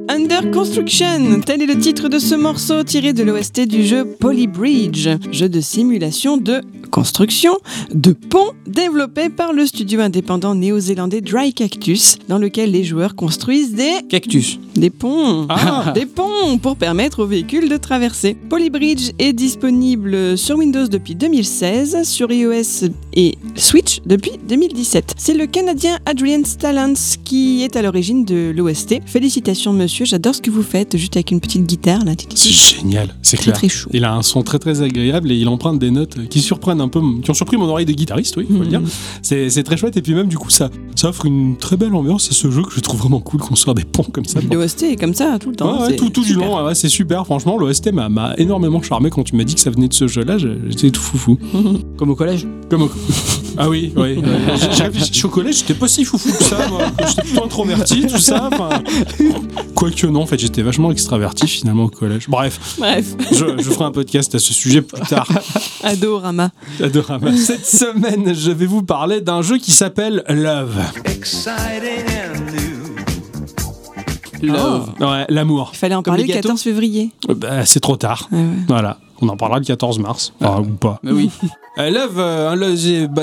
S3: Under Construction, tel est le titre de ce morceau tiré de l'OST du jeu Polybridge, jeu de simulation de construction de ponts développé par le studio indépendant néo-zélandais Dry Cactus, dans lequel les joueurs construisent des
S1: Cactus.
S3: des ponts.
S2: Ah.
S3: Des ponts pour permettre aux véhicules de traverser. Polybridge est disponible sur Windows depuis 2016, sur iOS et Switch depuis 2017. C'est le Canadien Adrian Stallans qui est à l'origine de l'OST. Félicitations monsieur, j'adore ce que vous faites, juste avec une petite guitare là.
S2: C'est génial, c'est
S3: Très
S2: clair.
S3: très chaud.
S2: Il a un son très très agréable et il emprunte des notes qui surprennent un peu, qui ont surpris mon oreille de guitariste, oui, faut le dire.
S3: Mhm.
S2: C'est c'est très chouette et puis même du coup ça, ça offre une très belle ambiance à ce jeu que je trouve vraiment cool qu'on sorte des ponts comme ça pour
S3: OST est comme ça tout le temps.
S2: Ouais, ouais,
S3: Mmh. c'est
S2: tout, tout du
S3: super.
S2: long, ouais, ouais, c'est super. Franchement, l'OST m'a m'a énormément charmé quand tu m'as dit que ça venait de ce jeu-là. je- J'étais tout foufou.
S1: Comme au collège.
S2: Comme au- Ah oui, oui. ouais. J'ai- j'ai réfléchi. Je suis au collège, j'étais pas si foufou que ça, moi. J'étais plutôt introverti, tout ça. enfin. Quoique non, en fait, j'étais vachement extraverti finalement au collège. Bref,
S3: Bref,
S2: je, je ferai un podcast à ce sujet plus tard.
S3: Adorama.
S2: Adorama. Cette semaine, je vais vous parler d'un jeu qui s'appelle Love. Ah.
S1: Love.
S2: Ouais, l'amour.
S3: Il fallait en
S1: Comme
S3: parler
S1: les
S3: le
S1: gâteaux.
S3: 14 février.
S2: Euh, bah, c'est trop tard.
S3: Ouais, ouais.
S2: Voilà. On en parlera le 14 mars. Enfin, ou pas.
S1: Mais oui.
S2: Euh, Love, euh, Love, j'ai- bah,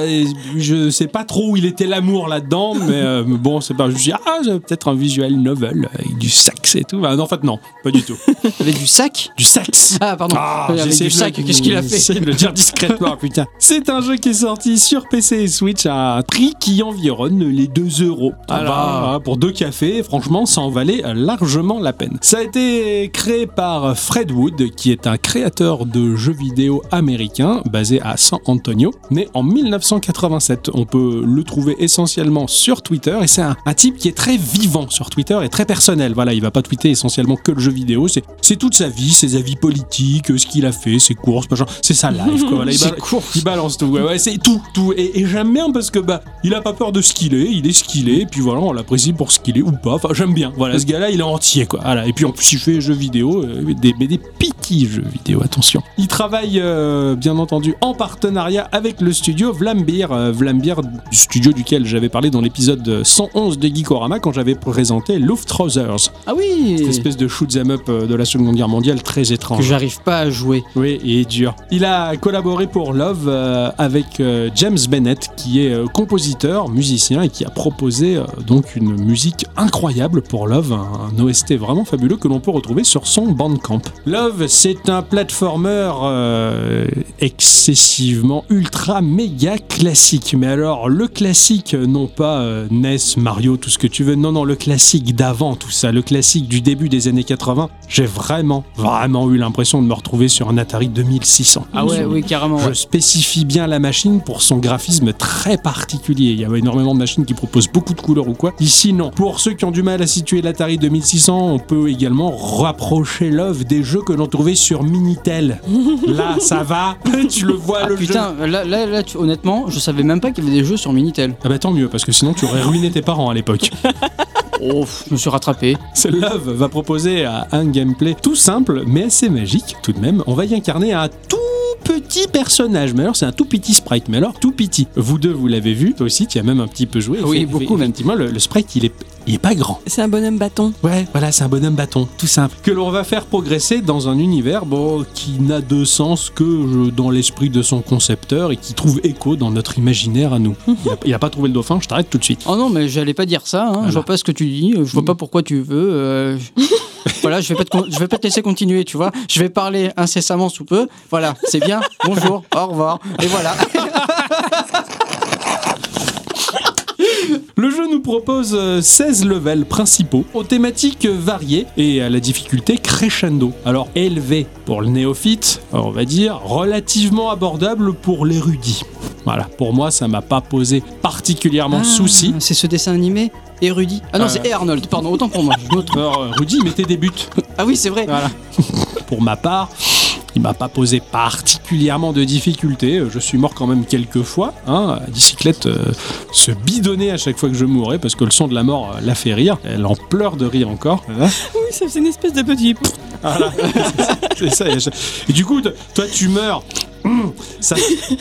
S2: je sais pas trop où il était l'amour là-dedans, mais euh, bon, c'est pas. Je me suis dit, ah, j'ai peut-être un visual novel avec du sax et tout. Bah, non, en fait, non, pas du tout.
S1: Avec du sac
S2: Du sax
S1: Ah, pardon.
S2: Ah,
S1: Avec
S2: j'essaie
S1: du
S2: de-
S1: sac, qu'est-ce qu'il a fait
S2: j'essaie de le dire discrètement, Ah, putain. C'est un jeu qui est sorti sur PC et Switch à un prix qui environne les 2 euros.
S1: Alors.
S2: Bah, pour deux cafés, franchement, ça en valait largement la peine. Ça a été créé par Fred Wood, qui est un créateur de jeux vidéo américain basé à San Antonio, né en 1987. On peut le trouver essentiellement sur Twitter et c'est un, un type qui est très vivant sur Twitter et très personnel. Voilà, il va pas tweeter essentiellement que le jeu vidéo, c'est c'est toute sa vie, ses avis politiques, euh, ce qu'il a fait, ses courses, machin. C'est sa life, quoi. Voilà, il,
S1: C'est
S2: ba-
S1: court.
S2: il balance tout. Ouais, ouais, c'est tout, tout. Et, et j'aime bien parce que, bah, il a pas peur de ce qu'il est, il est ce qu'il est, et puis voilà, on l'apprécie pour ce qu'il est ou pas. Enfin, j'aime bien. Voilà, ce gars-là, il est entier, quoi. Voilà. Et puis en plus, il fait jeux vidéo, euh, des, mais des petits jeux vidéo, attention. Il travaille, euh, bien entendu, en partenariat avec le studio Vlambir. Euh, Vlambir, du studio duquel j'avais parlé dans l'épisode 111 de Geekorama quand j'avais présenté Luftrausers,
S1: Ah oui
S2: cette espèce de shoot 'em up euh, de la Seconde Guerre mondiale très étrange.
S1: Que j'arrive pas à jouer.
S2: Oui, il est dur. Il a collaboré pour Love euh, avec euh, James Bennett, qui est euh, compositeur, musicien et qui a proposé euh, donc une musique incroyable pour Love, un, un OST vraiment fabuleux que l'on peut retrouver sur son Bandcamp. Love, c'est un platformer euh, excessivement ultra méga classique. Mais alors, le classique, euh, non pas euh, NES, Mario, tout ce que tu veux, non, non, le classique d'avant, tout ça, le classique du début des années 80, j'ai vraiment, vraiment eu l'impression de me retrouver sur un Atari 2600.
S1: Ah ouais, oui, carrément.
S2: Je
S1: ouais.
S2: spécifie bien la machine pour son graphisme très particulier. Il y a énormément de machines qui proposent beaucoup de couleurs ou quoi. Ici, non. Pour ceux qui ont du mal à situer l'Atari 2600, on peut également rapprocher l'œuvre des jeux que l'on trouvait sur Minitel. Là, ça va. tu le vois,
S1: Ah,
S2: le jeu.
S1: putain, là, là, là, tu- honnêtement, je savais même pas qu'il y avait des jeux sur Minitel.
S2: Ah bah tant mieux, parce que sinon tu aurais ruiné tes parents à l'époque.
S1: Oh, pff, je me suis rattrapé.
S2: Ce Love va proposer euh, un gameplay tout simple, mais assez magique tout de même. On va y incarner un tout petit personnage, mais alors c'est un tout petit sprite, mais alors tout petit. Vous deux, vous l'avez vu, toi aussi, tu as même un petit peu joué.
S1: Oui,
S2: Effect-
S1: beaucoup même.
S2: Effectivement, le, le sprite, il est, il est pas grand.
S3: C'est un bonhomme bâton.
S2: Ouais, voilà, c'est un bonhomme bâton, tout simple. Que l'on va faire progresser dans un univers bon, qui n'a de sens que euh, dans l'esprit de son concepteur et qui trouve écho dans notre imaginaire à nous. Il a- Il n'a pas trouvé le dauphin, je t'arrête tout de suite.
S1: Oh non, mais j'allais pas dire ça. hein. Je vois pas ce que tu dis. euh, Je vois pas pourquoi tu veux. euh, je- voilà, je vais pas te, con- je vais pas te laisser continuer. Tu vois, je vais parler incessamment sous peu. Voilà, c'est bien. Bonjour, au revoir. Et voilà.
S2: Le jeu nous propose euh, 16 levels principaux aux thématiques euh, variées et à la difficulté crescendo. Alors élevé pour le néophyte, on va dire relativement abordable pour l'érudit. Voilà, pour moi ça m'a pas posé particulièrement
S1: Ah,
S2: souci.
S1: C'est ce dessin animé. Érudit. Ah non,
S2: Euh.
S1: c'est eh, Arnold. Pardon, autant pour moi. Je me trompe.
S2: Alors euh, Rudy mettez des buts.
S1: Ah oui, c'est vrai.
S2: Voilà. pour ma part, il m'a pas posé particulièrement de difficultés. Je suis mort quand même quelques fois. Hein. La bicyclette euh, se bidonnait à chaque fois que je mourais parce que le son de la mort euh, la fait rire. Elle en pleure de rire encore.
S3: Oui, ça faisait une espèce de petit.
S2: Voilà. C'est ça. Et, je- et du coup, t- toi, tu meurs. Hum, Ça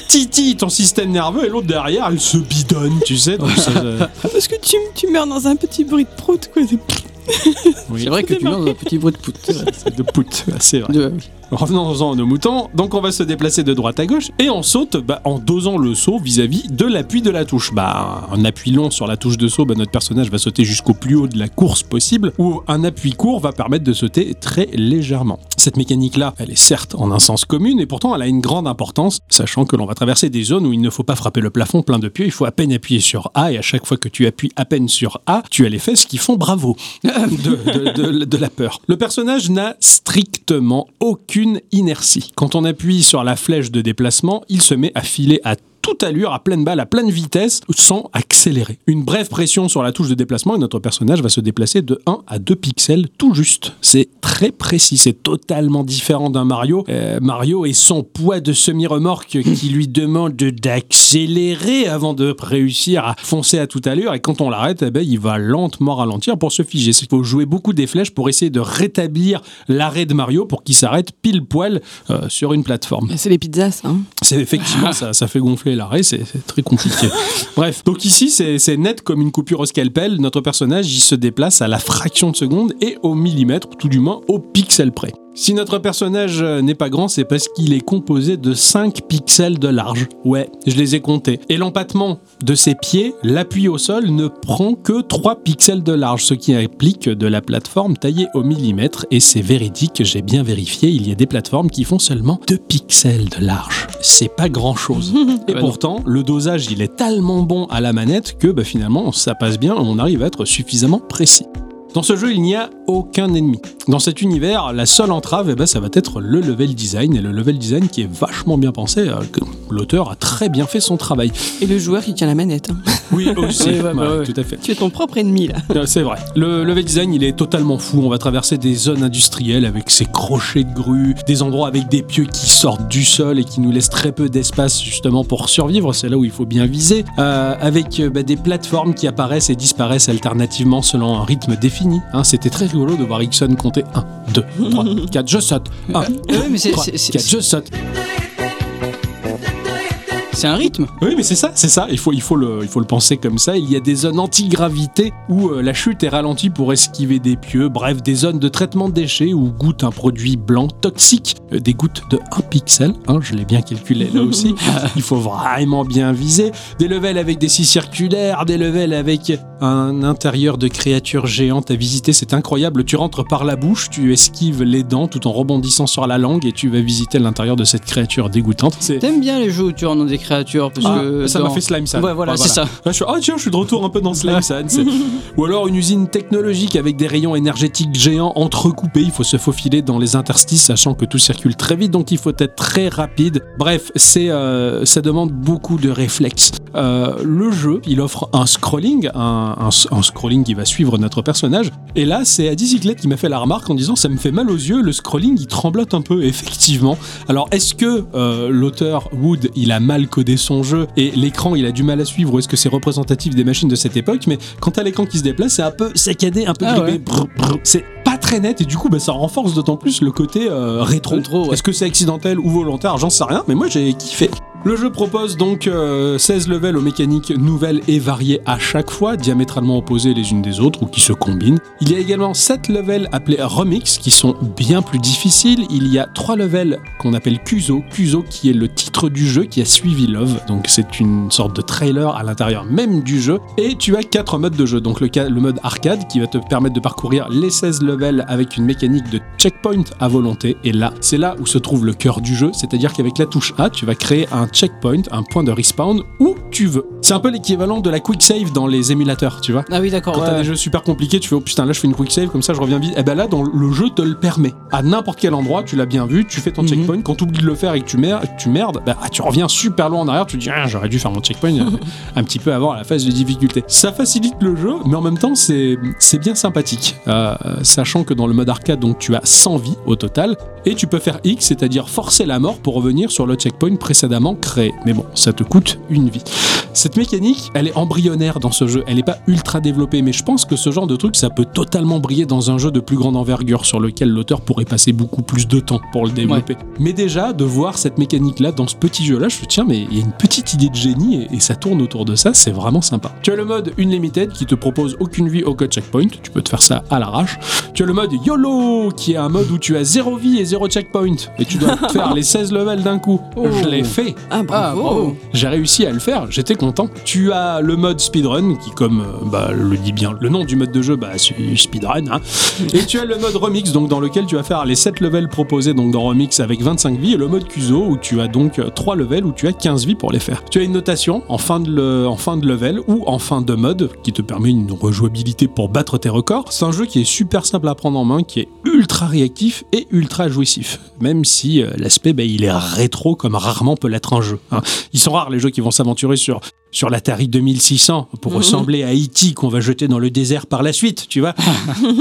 S2: titille ton système nerveux et l'autre derrière, elle se bidonne, tu sais. donc ça, euh,
S3: Ah, Parce que tu, tu meurs dans un petit bruit de prout, quoi. C'est-
S2: oui,
S1: C'est vrai que tu meurs dans un petit bruit de pout.
S2: c'est de pout, c'est vrai.
S1: De-
S2: Revenons-en à nos moutons. Donc, on va se déplacer de droite à gauche et on saute bah, en dosant le saut vis-à-vis de l'appui de la touche. Bah, un appui long sur la touche de saut, bah, notre personnage va sauter jusqu'au plus haut de la course possible, ou un appui court va permettre de sauter très légèrement. Cette mécanique-là, elle est certes en un sens commune, et pourtant elle a une grande importance, sachant que l'on va traverser des zones où il ne faut pas frapper le plafond plein de pieds, il faut à peine appuyer sur A, et à chaque fois que tu appuies à peine sur A, tu as les fesses qui font bravo de, de- de- de la peur. Le personnage n'a strictement aucune inertie. Quand on appuie sur la flèche de déplacement, il se met à filer à toute allure, à pleine balle, à pleine vitesse, sans accélérer. Une brève pression sur la touche de déplacement et notre personnage va se déplacer de 1 à 2 pixels tout juste. C'est très précis, c'est totalement différent d'un Mario. Euh, Mario est sans poids de semi-remorque qui lui demande de- d'accélérer avant de réussir à foncer à toute allure et quand on l'arrête, eh ben, il va lentement ralentir pour se figer. Il faut jouer beaucoup des flèches pour essayer de rétablir l'arrêt de Mario pour qu'il s'arrête pile poil euh, sur une plateforme.
S3: C'est les pizzas, ça. hein.
S2: C'est effectivement ça, ça fait gonfler l'arrêt, c'est c'est très compliqué. Bref, donc ici c'est c'est net comme une coupure au scalpel. Notre personnage il se déplace à la fraction de seconde et au millimètre, tout du moins au pixel près. Si notre personnage euh, n'est pas grand, c'est parce qu'il est composé de 5 pixels de large. Ouais, je les ai comptés. Et l'empattement de ses pieds, l'appui au sol, ne prend que 3 pixels de large, ce qui implique de la plateforme taillée au millimètre. Et c'est véridique, j'ai bien vérifié, il y a des plateformes qui font seulement 2 pixels de large. C'est pas grand chose. Et
S1: bah non.
S2: pourtant, le dosage, il est tellement bon à la manette que bah, finalement, ça passe bien, on arrive à être suffisamment précis. Dans ce jeu, il n'y a aucun ennemi. Dans cet univers, la seule entrave, eh ben, ça va être le level design, et le level design qui est vachement bien pensé. euh, que L'auteur a très bien fait son travail.
S3: Et le joueur qui tient la manette. hein.
S2: Oui, aussi,
S1: ouais, bah ouais.
S2: tout à fait.
S3: Tu es ton propre ennemi, là.
S2: Euh, C'est vrai. Le level design, il est totalement fou. On va traverser des zones industrielles avec ses crochets de grues, des endroits avec des pieux qui sortent du sol et qui nous laissent très peu d'espace justement pour survivre. C'est là où il faut bien viser. Euh, avec euh, bah, des plateformes qui apparaissent et disparaissent alternativement selon un rythme défini. Hein, C'était très rigolo de voir Ixon compter 1, 2, 3, 4, je saute. 1,
S1: ouais, mais c'est-
S2: 2, 3,
S1: c'est- c'est-
S2: 4, je saute.
S1: C'est un rythme.
S2: Oui, mais c'est ça, c'est ça. Il faut, il, faut le, il faut le penser comme ça. Il y a des zones anti-gravité où euh, la chute est ralentie pour esquiver des pieux. Bref, des zones de traitement de déchets où goûte un produit blanc toxique. Euh, des gouttes de 1 pixel. hein, je l'ai bien calculé là aussi. il faut vraiment bien viser. Des levels avec des scies circulaires, des levels avec un intérieur de créatures géantes à visiter. C'est incroyable. Tu rentres par la bouche, tu esquives les dents tout en rebondissant sur la langue et tu vas visiter l'intérieur de cette créature dégoûtante. C'est.
S1: T'aimes bien les jeux où tu rentres dans des créatures parce
S2: Ah,
S1: que
S2: ça
S1: dans-
S2: m'a fait slime ça.
S1: Ouais, voilà, c'est ça. Ah.
S2: Ah, je suis- ah, tiens, je suis de retour un peu dans Slime Sun, c'est- Ou alors une usine technologique avec des rayons énergétiques géants entrecoupés. Il faut se faufiler dans les interstices, sachant que tout circule très vite, donc il faut être très rapide. Bref, c'est, euh, ça demande beaucoup de réflexes. Euh, le jeu, il offre un scrolling, un, un- un scrolling qui va suivre notre personnage. Et là, c'est Adicyclette qui m'a fait la remarque en disant ça me fait mal aux yeux, le scrolling il tremblote un peu, effectivement. Alors, est-ce que euh, l'auteur Wood, il a mal codé son jeu et l'écran, il a du mal à suivre ou est-ce que c'est représentatif des machines de cette époque Mais quand t'as l'écran qui se déplace, c'est un peu saccadé, un peu
S1: Ah
S2: grippé.
S1: ouais.
S2: Brr, brr. C'est pas très net et du coup, bah, ça renforce d'autant plus le côté euh, rétro.
S1: Rétro, ouais.
S2: Est-ce que c'est accidentel ou volontaire J'en sais rien, mais moi j'ai kiffé. Le jeu propose donc euh, 16 levels aux mécaniques nouvelles et variées à chaque fois, diamétralement opposées les unes des autres ou qui se combinent. Il y a également 7 levels appelés remix qui sont bien plus difficiles. Il y a 3 levels qu'on appelle Kuzo, Kuzo qui est le titre du jeu qui a suivi Love, donc c'est une sorte de trailer à l'intérieur même du jeu. Et tu as 4 modes de jeu, donc le, ca- le mode arcade qui va te permettre de parcourir les 16 levels avec une mécanique de checkpoint à volonté. Et là, c'est là où se trouve le cœur du jeu, c'est-à-dire qu'avec la touche A, tu vas créer un checkpoint, un point de respawn où tu veux. C'est un peu l'équivalent de la quick save dans les émulateurs, tu vois.
S1: Ah oui, d'accord.
S2: Quand t'as
S1: ouais.
S2: des jeux super compliqués, tu fais oh putain là je fais une quick save comme ça je reviens vite. Et ben là dans le jeu te le permet. À n'importe quel endroit, tu l'as bien vu, tu fais ton
S1: Mhm.
S2: checkpoint. Quand tu oublies de le faire et que tu, mer- tu merdes, bah, tu reviens super loin en arrière. Tu te dis ah, j'aurais dû faire mon checkpoint euh, un petit peu avant la phase de difficulté. Ça facilite le jeu, mais en même temps c'est c'est bien sympathique. Euh, sachant que dans le mode arcade donc tu as 100 vies au total et tu peux faire X, c'est-à-dire forcer la mort pour revenir sur le checkpoint précédemment créé. Mais bon, ça te coûte une vie. Cette mécanique, elle est embryonnaire dans ce jeu, elle n'est pas ultra développée, mais je pense que ce genre de truc, ça peut totalement briller dans un jeu de plus grande envergure sur lequel l'auteur pourrait passer beaucoup plus de temps pour le développer. Mais déjà, de voir cette mécanique-là dans ce petit jeu-là, je me tiens, mais il y a une petite idée de génie et, et ça tourne autour de ça, c'est vraiment sympa. Tu as le mode Unlimited qui te propose aucune vie au code checkpoint, tu peux te faire ça à l'arrache. Tu as le mode YOLO qui est un mode où tu as zéro vie et zéro checkpoint et tu dois faire les 16 levels d'un coup. Je l'ai fait,
S3: Ah,
S1: Ah,
S3: bravo.
S1: bravo.
S2: j'ai réussi à le faire, j'étais content. Tu as le mode speedrun, qui comme euh, bah, le dit bien le nom du mode de jeu, bah, c'est speedrun. hein. Et tu as le mode remix, donc dans lequel tu vas faire les 7 levels proposés donc dans remix avec 25 vies, et le mode Kuzo, où tu as donc 3 levels, où tu as 15 vies pour les faire. Tu as une notation en fin de, le- en fin de level ou en fin de mode, qui te permet une rejouabilité pour battre tes records. C'est un jeu qui est super simple à prendre en main, qui est ultra réactif et ultra jouissif. Même si euh, l'aspect, bah, il est rétro comme rarement peut l'être un en jeu. hein. Ils sont rares les jeux qui vont s'aventurer sur sur l'Atari 2600 pour
S3: Mhm.
S2: ressembler à E.T. qu'on va jeter dans le désert par la suite, tu vois.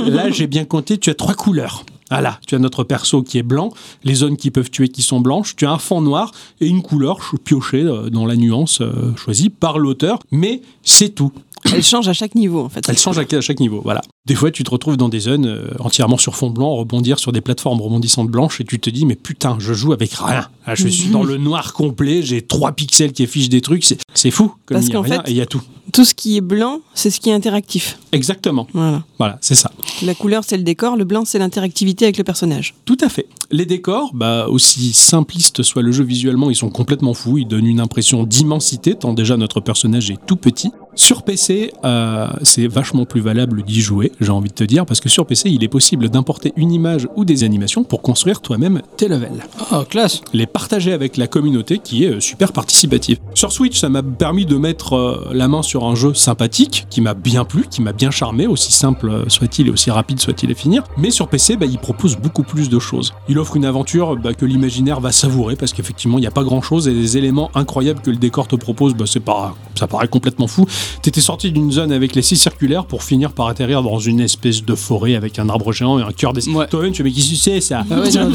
S2: Là, j'ai bien compté, tu as trois couleurs. Ah là, tu as notre perso qui est blanc, les zones qui peuvent tuer qui sont blanches, tu as un fond noir et une couleur ch- piochée euh, dans la nuance euh, choisie par l'auteur, mais c'est tout.
S3: Elle change à chaque niveau en fait.
S2: Elle change à, à chaque niveau, voilà. Des fois, tu te retrouves dans des zones euh, entièrement sur fond blanc, rebondir sur des plateformes rebondissantes blanches, et tu te dis, mais putain, je joue avec rien. Ah, je suis dans le noir complet, j'ai trois pixels qui affichent des trucs, c'est- c'est fou. Comme
S3: Parce
S2: il y a
S3: qu'en
S2: rien,
S3: fait-
S2: et il y a tout.
S3: Tout ce qui est blanc, c'est ce qui est interactif.
S2: Exactement.
S3: Voilà.
S2: Voilà, c'est ça.
S3: La couleur, c'est le décor. Le blanc, c'est l'interactivité avec le personnage.
S2: Tout à fait. Les décors, bah, aussi simpliste soit le jeu visuellement, ils sont complètement fous. Ils donnent une impression d'immensité, tant déjà notre personnage est tout petit. Sur PC, euh, c'est vachement plus valable d'y jouer, j'ai envie de te dire, parce que sur PC, il est possible d'importer une image ou des animations pour construire toi-même tes levels
S1: Oh, classe.
S2: les partager avec la communauté qui est euh, super participative. Sur Switch, ça m'a permis de mettre euh, la main sur un jeu sympathique qui m'a bien plu, qui m'a bien charmé, aussi simple euh, soit-il et aussi rapide soit-il à finir. Mais sur PC, bah, il propose beaucoup plus de choses. Il offre une aventure bah, que l'imaginaire va savourer parce qu'effectivement, il n'y a pas grand-chose et les éléments incroyables que le décor te propose, bah, c'est pas, ça paraît complètement fou. T'étais sorti d'une zone avec les six circulaires pour finir par atterrir dans une espèce de forêt avec un arbre géant et un cœur des.
S1: Ouais.
S2: Toi-même, tu me dis, mais qu'est-ce que c'est ça
S1: Ah ouais, j'ai un,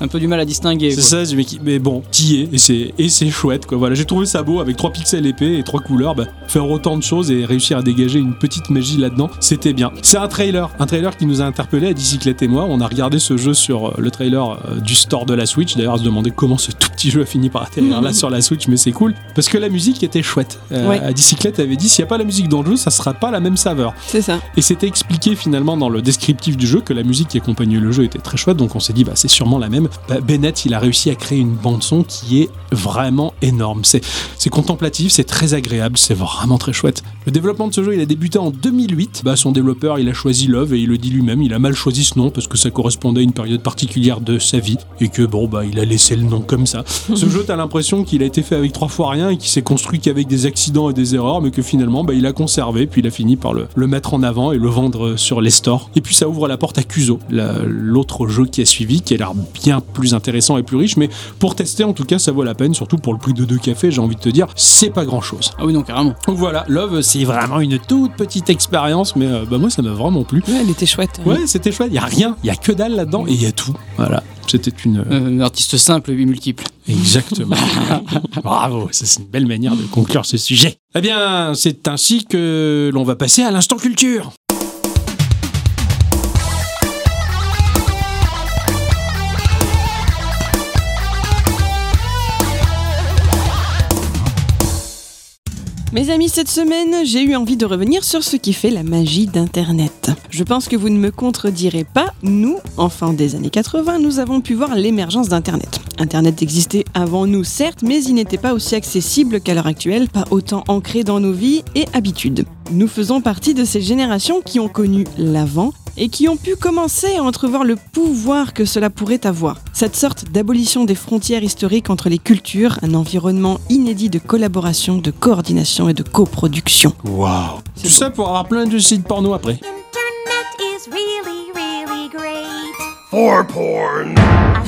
S1: un peu du mal à distinguer.
S2: c'est
S1: quoi.
S2: ça, mais, qui- mais bon, t'y es, et c'est, et c'est chouette, quoi. Voilà, j'ai trouvé ça beau, avec trois pixels épais et trois couleurs, bah, faire autant de choses et réussir à dégager une petite magie là-dedans, c'était bien. C'est un trailer, un trailer qui nous a interpellés à Dicyclette et moi, on a regardé ce jeu sur euh, le trailer euh, du store de la Switch, d'ailleurs à se demander comment ce tout petit jeu a fini par atterrir là sur la Switch, mais c'est cool, parce que la musique était chouette. Euh,
S3: Ouais.
S2: à Dicyclette avait dit, s'il n'y a pas la musique dans le jeu, ça sera pas la même saveur.
S3: C'est ça.
S2: Et c'était expliqué finalement dans le descriptif du jeu que la musique qui accompagnait le jeu était très chouette, donc on s'est dit bah c'est sûrement la même. Bah, Bennett il a réussi à créer une bande son qui est vraiment énorme. C'est c'est contemplatif, c'est très agréable, c'est vraiment très chouette. Le développement de ce jeu il a débuté en 2008. Bah son développeur il a choisi Love et il le dit lui-même, il a mal choisi ce nom parce que ça correspondait à une période particulière de sa vie et que bon bah il a laissé le nom comme ça. Ce jeu, t'as l'impression qu'il a été fait avec trois fois rien et qu'il s'est construit qu'avec des accidents et des erreurs, mais que finalement, bah, il a conservé, puis il a fini par le, le mettre en avant et le vendre euh, sur les stores. Et puis ça ouvre la porte à Cuso, la- l'autre jeu qui a suivi, qui a l'air bien plus intéressant et plus riche, mais pour tester, en tout cas, ça vaut la peine, surtout pour le prix de deux cafés, j'ai envie de te dire, c'est pas grand chose.
S1: Ah oui, non, carrément.
S2: Donc voilà, Love, c'est vraiment une toute petite expérience, mais euh, bah, moi, ça m'a vraiment plu.
S3: Ouais, elle était chouette.
S2: Ouais, c'était chouette, il y a rien, il y a que dalle là-dedans, et il y a tout. Voilà, c'était une,
S1: Euh, un artiste simple et multiple.
S2: Exactement. Bravo, ça c'est une belle manière de conclure ce sujet. Eh bien, c'est ainsi que l'on va passer à l'instant culture.
S3: Mes amis, cette semaine, j'ai eu envie de revenir sur ce qui fait la magie d'Internet. Je pense que vous ne me contredirez pas, nous, enfants des années 80, nous avons pu voir l'émergence d'Internet. Internet existait avant nous, certes, mais il n'était pas aussi accessible qu'à l'heure actuelle, pas autant ancré dans nos vies et habitudes. Nous faisons partie de ces générations qui ont connu l'avant et qui ont pu commencer à entrevoir le pouvoir que cela pourrait avoir. Cette sorte d'abolition des frontières historiques entre les cultures, un environnement inédit de collaboration, de coordination et de coproduction.
S2: Waouh. Tout
S3: C'est beau.
S2: ça pour avoir plein de sites porno après.
S6: Internet is really, really great.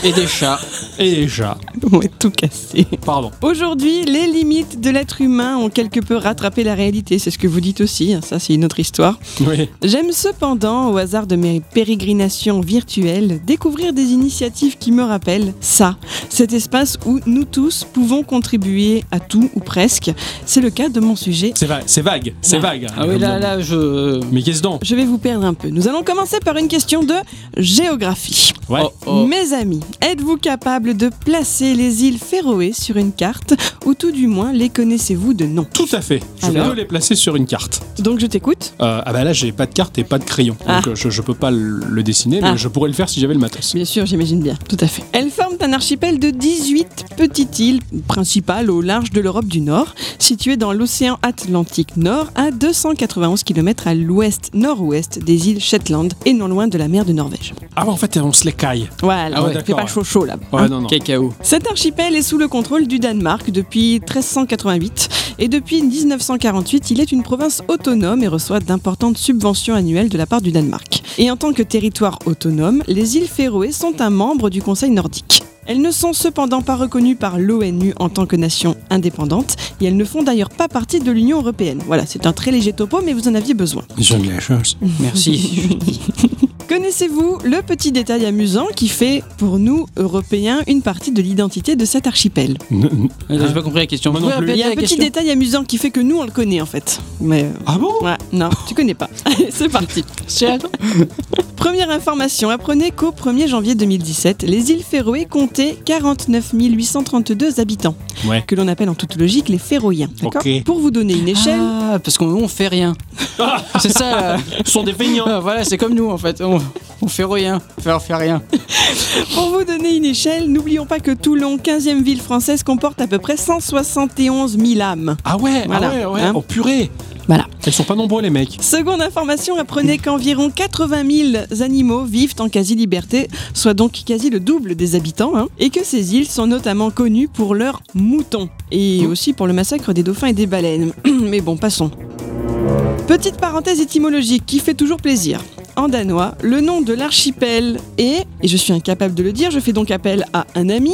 S1: Et des chats.
S2: Et déjà,
S3: On est tout cassé.
S2: pardon.
S3: Aujourd'hui, les limites de l'être humain ont quelque peu rattrapé la réalité, c'est ce que vous dites aussi, hein, ça c'est une autre histoire.
S2: Oui.
S3: J'aime cependant, au hasard de mes pérégrinations virtuelles, découvrir des initiatives qui me rappellent ça, cet espace où nous tous pouvons contribuer à tout ou presque. C'est le cas de mon sujet.
S2: C'est vague, c'est vague, c'est vague. hein.
S1: Ah oui, là, là, je. euh,
S2: Mais qu'est-ce donc
S3: Je vais vous perdre un peu. Nous allons commencer par une question de géographie.
S2: Ouais.
S1: Oh, oh.
S3: Mes amis, êtes-vous capable de placer les îles Féroé sur une carte ou tout du moins les connaissez-vous de nom
S2: Tout à fait. Je
S3: Alors
S2: peux les placer sur une carte.
S3: Donc je t'écoute.
S2: Euh, ah bah là, j'ai pas de carte et pas de crayon.
S3: Ah.
S2: Donc euh, je, je peux pas le, le dessiner, mais
S3: Ah.
S2: je pourrais le faire si j'avais le matos.
S3: Bien sûr, j'imagine bien, tout à fait. Elles forment un archipel de 18 petites îles principales au large de l'Europe du Nord, situées dans l'océan Atlantique Nord à 291 km à l'ouest-nord-ouest des îles Shetland et non loin de la mer de Norvège.
S2: Ah ouais, en fait, on se les caille.
S3: Voilà,
S2: Ah ouais,
S3: il fait
S2: d'accord,
S3: pas
S2: ouais.
S3: chaud chaud là.
S1: Ah,
S2: Ouais, non, non.
S1: Cacao.
S3: Cet archipel est sous le contrôle du Danemark depuis 1388 et depuis 1948, il est une province autonome et reçoit d'importantes subventions annuelles de la part du Danemark. Et en tant que territoire autonome, les îles Féroé sont un membre du Conseil nordique. Elles ne sont cependant pas reconnues par l'ONU en tant que nation indépendante et elles ne font d'ailleurs pas partie de l'Union européenne. Voilà, c'est un très léger topo, mais vous en aviez besoin.
S2: J'ai de la chance.
S1: Merci.
S3: Connaissez-vous le petit détail amusant qui fait, pour nous, Européens, une partie de l'identité de cet archipel
S1: J'ai pas compris la question. bah,
S2: Moi non
S1: Vous pouvez répéter
S2: plus.
S3: Il y a un
S1: la
S3: petit
S1: question
S3: détail amusant qui fait que nous, on le connaît en fait. Mais euh,
S2: Ah bon
S3: ouais, non, tu connais pas. Allez, c'est parti. Première information, apprenez qu'au 1er janvier 2017, les îles Féroé comptaient 49 832 habitants,
S2: Ouais.
S3: que l'on appelle en toute logique les Féroïens. d'accord
S2: Ok.
S3: Pour vous donner une échelle,
S1: Ah, parce qu'on on fait rien. c'est ça. là.
S2: Ils sont des feignants.
S1: Ah, voilà, c'est comme nous en fait. On, on fait rien. Enfin, on fait rien.
S3: Pour vous donner une échelle, n'oublions pas que Toulon, 15e ville française, comporte à peu près 171 000 âmes.
S2: Ah ouais,
S3: Voilà,
S2: ah ouais, ouais.
S3: hein.
S2: Oh purée.
S3: Voilà.
S2: Elles sont pas nombreux les mecs.
S3: Seconde information, apprenez qu'environ 80 000 animaux vivent en quasi-liberté, soit donc quasi le double des habitants, hein, et que ces îles sont notamment connues pour leurs moutons, et aussi pour le massacre des dauphins et des baleines. Mais bon, passons. Petite parenthèse étymologique qui fait toujours plaisir. En danois, le nom de l'archipel est, et je suis incapable de le dire, je fais donc appel à un ami,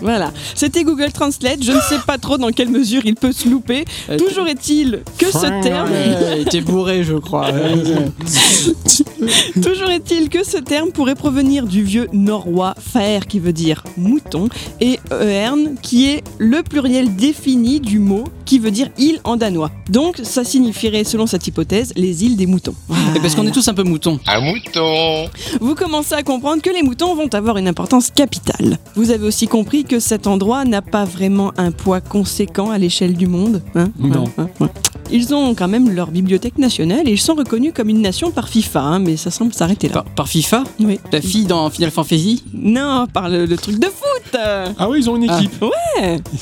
S3: Voilà, c'était Google Translate. Je ne sais pas trop dans quelle mesure il peut se louper.
S1: Euh,
S3: Toujours est-il que ce terme,
S1: Ouais, Euh, il était bourré, je crois.
S3: toujours est-il que ce terme pourrait provenir du vieux norrois faer qui veut dire mouton et erne qui est le pluriel défini du mot qui veut dire île en danois. Donc ça signifierait selon cette hypothèse les îles des moutons.
S1: Et parce qu'on est tous un peu moutons.
S7: Un mouton
S3: Vous commencez à comprendre que les moutons vont avoir une importance capitale. Vous avez aussi compris que cet endroit n'a pas vraiment un poids conséquent à l'échelle du monde. hein
S2: Non.
S3: Hein, hein. Ils ont quand même leur bibliothèque nationale et ils sont reconnus comme une nation par FIFA, hein, mais ça semble s'arrêter là.
S1: Par, par FIFA
S3: Oui.
S1: La fille dans Final Fantasy
S3: Non, par le, le truc de foot euh.
S2: Ah oui, ils ont une
S1: Ah.
S2: équipe.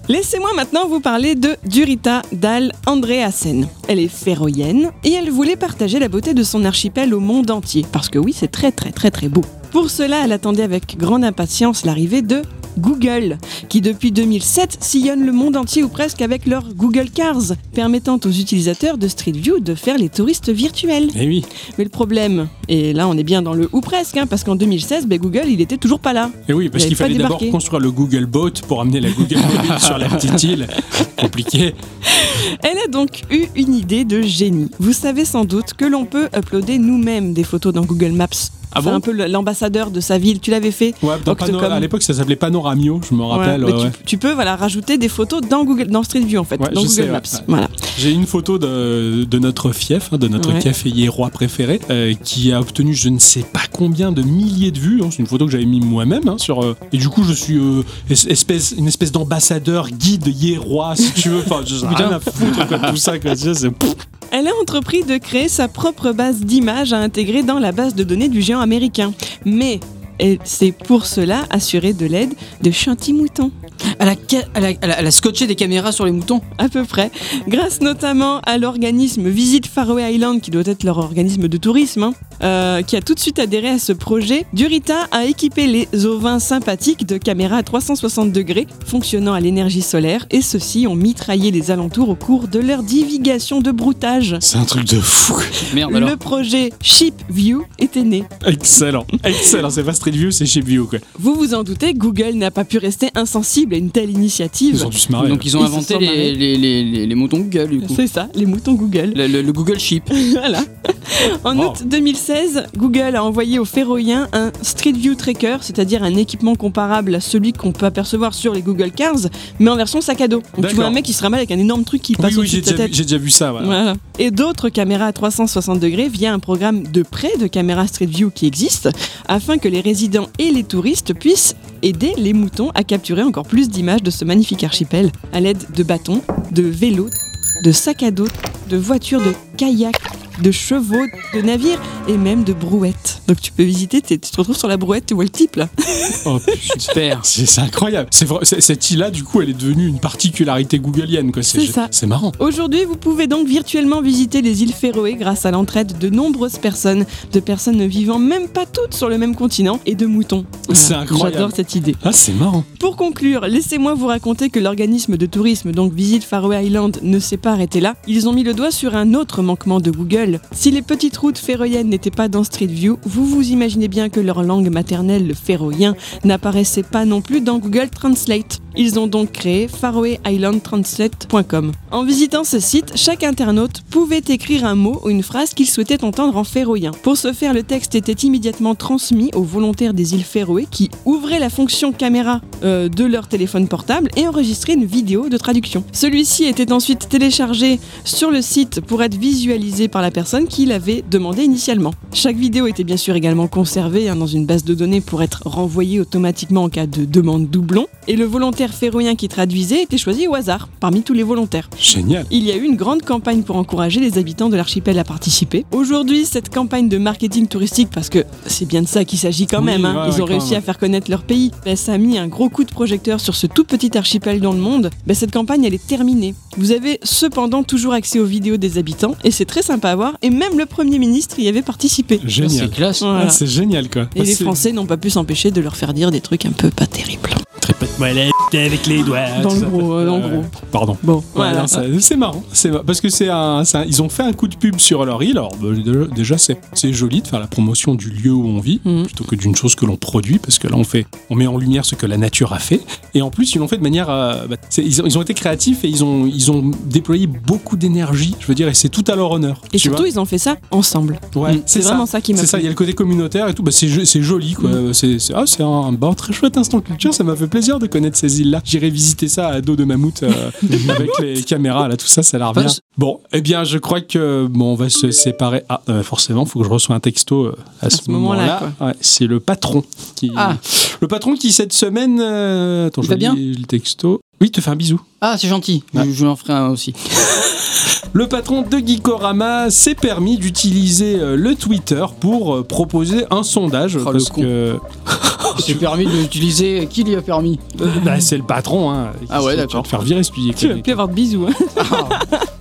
S3: Laissez-moi maintenant vous parler de Durita Dahl Andreasen. Elle est féroïenne et elle voulait partager la beauté de son archipel au monde entier, parce que oui, c'est très très très très beau. Pour cela, elle attendait avec grande impatience l'arrivée de Google, qui depuis 2007 sillonne le monde entier ou presque avec leurs Google Cars, permettant aux utilisateurs de Street View de faire les touristes virtuels.
S2: Eh oui.
S3: Mais le problème, et là on est bien dans le ou presque, hein, parce qu'en 2016, ben, Google il était toujours pas là.
S2: Et Eh oui, parce
S3: J'avais
S2: qu'il
S3: pas
S2: fallait d'abord
S3: débarqué.
S2: construire le Google Bot pour amener la Google Mobile sur la petite île. Compliqué.
S3: Elle a donc eu une idée de génie. Vous savez sans doute que l'on peut uploader nous-mêmes des photos dans Google Maps.
S2: Ah
S3: Faire
S2: bon
S3: un peu le- l'ambassadeur de sa ville, tu l'avais fait
S2: Ouais, dans
S3: Octocom.
S2: Pano- à l'époque, ça s'appelait Panoramio, je me rappelle.
S3: Voilà.
S2: ouais,
S3: Mais
S2: ouais.
S3: Tu, tu peux voilà, rajouter des photos dans Google, dans Street View en fait,
S2: Ouais,
S3: dans
S2: je
S3: Google
S2: sais, ouais.
S3: Maps.
S2: Ouais.
S3: Voilà.
S2: J'ai une photo de, de notre fief, hein, de notre
S3: Ouais.
S2: caféier roi préféré, euh, qui a obtenu je ne sais pas combien de milliers de vues. hein. C'est une photo que j'avais mis moi-même. hein, sur, euh, et du coup, je suis euh, es- espèce, une espèce d'ambassadeur guide roi, si tu veux. Enfin, je rien à foutre quoi, de tout ça. Quoi. Tu sais, c'est- Pouf.
S3: Elle a entrepris de créer sa propre base d'images à intégrer dans la base de données du géant américain. Mais elle s'est pour cela assurée de l'aide de Chantimouton.
S1: elle a, ca- elle, a, elle a- elle a scotché des caméras sur les moutons.
S3: à peu près, grâce notamment à l'organisme Visite Faroe Island, qui doit être leur organisme de tourisme, hein, euh, qui a tout de suite adhéré à ce projet. Durita a équipé les ovins sympathiques de caméras à 360 degrés, fonctionnant à l'énergie solaire, et ceux-ci ont mitraillé les alentours au cours de leur divigation de broutage.
S2: c'est un truc de fou.
S1: Merde alors.
S3: Le projet Ship View était né.
S2: Excellent. Excellent. C'est pas Street View, c'est chez View. Quoi.
S3: Vous vous en doutez, Google n'a pas pu rester insensible à une telle
S2: Ils
S3: initiative.
S2: ont dû se marrer.
S1: Donc ils ont
S3: Ils se
S1: inventé
S3: sont
S1: les,
S3: marrés.
S1: les, les, les- les moutons Google du coup.
S3: C'est ça, les moutons Google.
S1: Le, le- le Google Sheep.
S3: Voilà. En
S2: Wow.
S3: août 2016, Google a envoyé aux Féroïens un Street View Tracker, c'est-à-dire un équipement comparable à celui qu'on peut apercevoir sur les Google Cars, mais en version sac à dos. Donc tu
S2: D'accord.
S3: vois un mec qui se ramène avec un énorme truc qui
S2: Oui,
S3: passe
S2: oui,
S3: au-dessus
S2: j'ai
S3: de ta
S2: déjà, vu-
S3: tête.
S2: j'ai déjà vu ça. Voilà.
S3: Voilà. Et d'autres caméras à 360 degrés via un programme de prêt de caméras Street View qui existe, afin que les résidents et les touristes puissent aider les moutons à capturer encore plus d'images de ce magnifique archipel à l'aide de bâtons, de vélos, de sacs à dos, de voitures, de kayaks, de chevaux, de navires et même de brouettes. Donc tu peux visiter, t'es- tu te retrouves sur la brouette, tu vois le type là.
S2: Oh, putain.
S1: Super.
S2: C'est c'est incroyable. C'est vrai- c'est- cette île-là, du coup, elle est devenue une particularité googlienne. quoi.
S3: C'est ça.
S2: C'est marrant.
S3: Aujourd'hui, vous pouvez donc virtuellement visiter les îles Féroé grâce à l'entraide de nombreuses personnes, de personnes ne vivant même pas toutes sur le même continent et de moutons. Voilà.
S2: C'est incroyable.
S3: J'adore cette idée.
S2: Ah, c'est marrant.
S3: Pour conclure, laissez-moi vous raconter que l'organisme de tourisme, donc Visite Faroe Island, ne s'est pas arrêté là. Ils ont mis le doigt sur un autre manquement de Google seul. Si les petites routes féroïennes n'étaient pas dans Street View, vous vous imaginez bien que leur langue maternelle, le féroïen, n'apparaissait pas non plus dans Google Translate. Ils ont donc créé faroeislandtranslate.com. En visitant ce site, chaque internaute pouvait écrire un mot ou une phrase qu'il souhaitait entendre en féroïen. Pour ce faire, le texte était immédiatement transmis aux volontaires des îles Féroé qui ouvraient la fonction caméra euh, de leur téléphone portable et enregistraient une vidéo de traduction. Celui-ci était ensuite téléchargé sur le site pour être visualisé par la personne qui l'avait demandé initialement. Chaque vidéo était bien sûr également conservée hein, dans une base de données pour être renvoyée automatiquement en cas de demande doublon, et le volontaire féroïen qui traduisait était choisi au hasard parmi tous les volontaires.
S2: Génial.
S3: Il y a eu une grande campagne pour encourager les habitants de l'archipel à participer. Aujourd'hui, cette campagne de marketing touristique, parce que c'est bien de ça qu'il s'agit quand
S2: Oui,
S3: même, hein,
S2: ouais, ouais,
S3: ils ont
S2: quand
S3: réussi
S2: même.
S3: à faire connaître leur pays, ben, ça a mis un gros coup de projecteur sur ce tout petit archipel dans le monde. Ben, cette campagne, elle est terminée. Vous avez cependant toujours accès aux vidéos des habitants, et c'est très sympa à voir, et même le Premier ministre y avait participé.
S2: Génial.
S1: C'est classe.
S3: Voilà.
S2: Ah, c'est génial quoi.
S3: Et les
S2: C'est-
S3: Français n'ont pas pu s'empêcher de leur faire dire des trucs un peu pas terribles.
S2: Tripote-moi la tête avec les doigts.
S3: Dans
S2: tout
S3: le
S2: ça.
S3: gros, euh, en
S2: Ouais,
S3: gros.
S2: ouais. Pardon.
S3: Bon,
S2: Ouais,
S3: voilà.
S2: non, ça- c'est marrant, c'est marrant, parce que c'est un, c'est un- ils ont fait un coup de pub sur leur île. Alors bah, déjà- déjà c'est c'est joli de faire la promotion du lieu où on vit
S3: Mhm.
S2: plutôt que d'une chose que l'on produit parce que là on fait, on met en lumière ce que la nature a fait et en plus ils l'ont fait de manière, euh, bah, c'est- ils, ont, ils ont été créatifs et ils ont ils ont déployé beaucoup d'énergie. Je veux dire et c'est tout à leur honneur.
S3: Et
S2: tu
S3: surtout,
S2: vois.
S3: ils ont fait ça ensemble.
S2: Ouais,
S3: C'est vraiment ça qui m'a
S2: c'est ça,
S3: plu.
S2: il y a le côté communautaire et tout, bah, c'est jo- c'est joli quoi.
S1: Mm.
S2: C'est c'est- ah, c'est un, un bar très chouette instant culture, ça m'a fait plaisir de connaître ces îles-là. J'irai visiter ça à dos de mammouth euh, avec les caméras là, tout ça, ça a l'air bien.
S1: Parce-
S2: Bon, eh bien, je crois que bon, on va se séparer. Ah, euh, forcément, faut que je reçois un texto euh, à, ce,
S3: ce moment-là,
S2: moment-là. Ouais, c'est le patron qui
S1: Ah.
S2: le patron qui cette semaine euh, attends,
S1: Il
S2: je
S1: va
S2: lis
S1: bien
S2: le texto. Oui, il te fait un bisou.
S1: Ah, c'est gentil. Je-
S2: Ouais.
S1: Je l'en ferai un aussi.
S2: Le patron de Geekorama s'est permis d'utiliser euh, le Twitter pour euh, proposer un sondage
S1: Oh, le
S2: parce
S1: con.
S2: que
S1: C'est permis de l'utiliser. Qui lui a permis
S2: Bah, c'est le patron, hein.
S1: Ah ouais,
S2: Tu vas
S1: d'accord.
S2: te faire virer si tu dis que-
S3: Tu vas plus avoir de bisous. hein.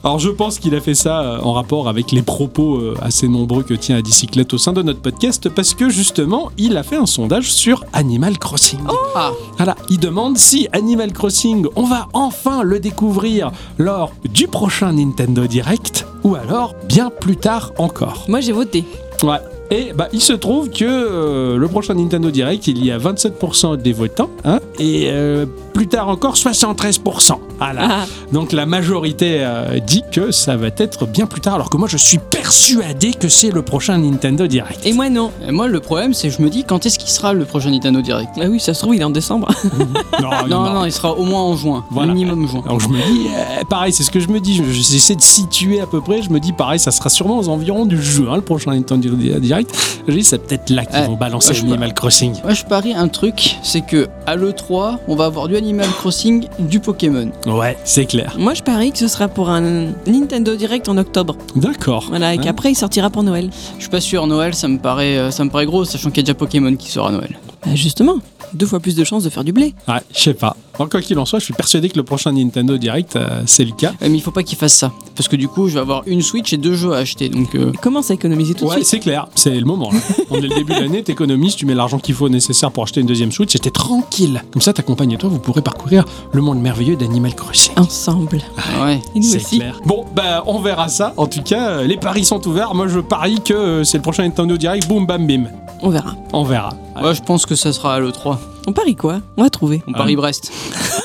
S2: Alors, je pense qu'il a fait ça euh, en rapport avec les propos euh, assez nombreux que tient à bicyclette au sein de notre podcast, parce que justement, il a fait un sondage sur Animal Crossing.
S1: Ah.
S2: Voilà, il demande si Animal Crossing, on va enfin le découvrir lors du prochain Nintendo Direct, ou alors bien plus tard encore.
S3: Moi, j'ai voté.
S2: Ouais. Et bah, il se trouve que euh, le prochain Nintendo Direct, il y a 27% des votants, hein, et euh, plus tard encore 73%. Voilà.
S3: Ah.
S2: Donc la majorité euh, dit que ça va être bien plus tard, alors que moi je suis persuadé que c'est le prochain Nintendo Direct.
S3: Et moi, non.
S1: Et Euh, moi, le problème, c'est que je me dis quand est-ce qu'il sera le prochain Nintendo Direct
S3: Ah oui, ça se trouve, il est en décembre.
S2: non,
S1: Non, non, Ah, il sera au moins en juin.
S2: Voilà.
S1: Minimum juin.
S2: Alors je me dis, euh, pareil, c'est ce que je me dis, je- je- j'essaie de situer à peu près, je me dis pareil, ça sera sûrement aux environs du juin, le prochain Nintendo Di- Direct. Je dis, c'est peut-être là qu'ils
S1: Ouais.
S2: vont balancer
S1: Ouais, je sais
S2: Animal Crossing.
S1: Moi, je parie un truc, c'est que à l'E3, on va avoir du Animal Crossing, du Pokémon.
S2: Ouais, c'est clair.
S3: Moi, je parie que ce sera pour un Nintendo Direct en octobre.
S2: D'accord.
S3: Voilà, et
S2: Hein
S3: qu'après, il sortira pour Noël.
S1: Je suis pas sûr, Noël, ça me paraît, euh, ça me paraît gros, sachant qu'il y a déjà Pokémon qui sort à Noël.
S3: Bah, justement, deux fois plus de chances de faire du blé.
S2: Ouais, je sais pas. Bon, quoi qu'il en soit, je suis persuadé que le prochain Nintendo Direct, euh, c'est le cas.
S1: Euh, Mais il faut pas qu'il fasse ça, parce que du coup, je vais avoir une Switch et deux jeux à acheter, donc. euh,
S3: Commence à économiser tout de
S2: Ouais,
S3: suite.
S2: c'est clair, c'est le moment. Là. On est le début de l'année, t'économises, tu mets l'argent qu'il faut nécessaire pour acheter une deuxième Switch, et t'es tranquille. Comme ça, ta compagne et toi, vous pourrez parcourir le monde merveilleux d'Animal Crossing.
S3: Ensemble.
S1: Ah ouais.
S3: Et nous
S2: Ah, C'est
S3: aussi.
S2: clair. Bon, bah, on verra ça. En tout cas, euh, les paris sont ouverts. Moi, je parie que euh, c'est le prochain Nintendo Direct. Boum, bam, bim.
S3: On verra.
S2: On verra.
S1: Ah Ouais, Ah je pense que ça sera à l'E3.
S3: On parie quoi On va trouver.
S1: On parie Brest.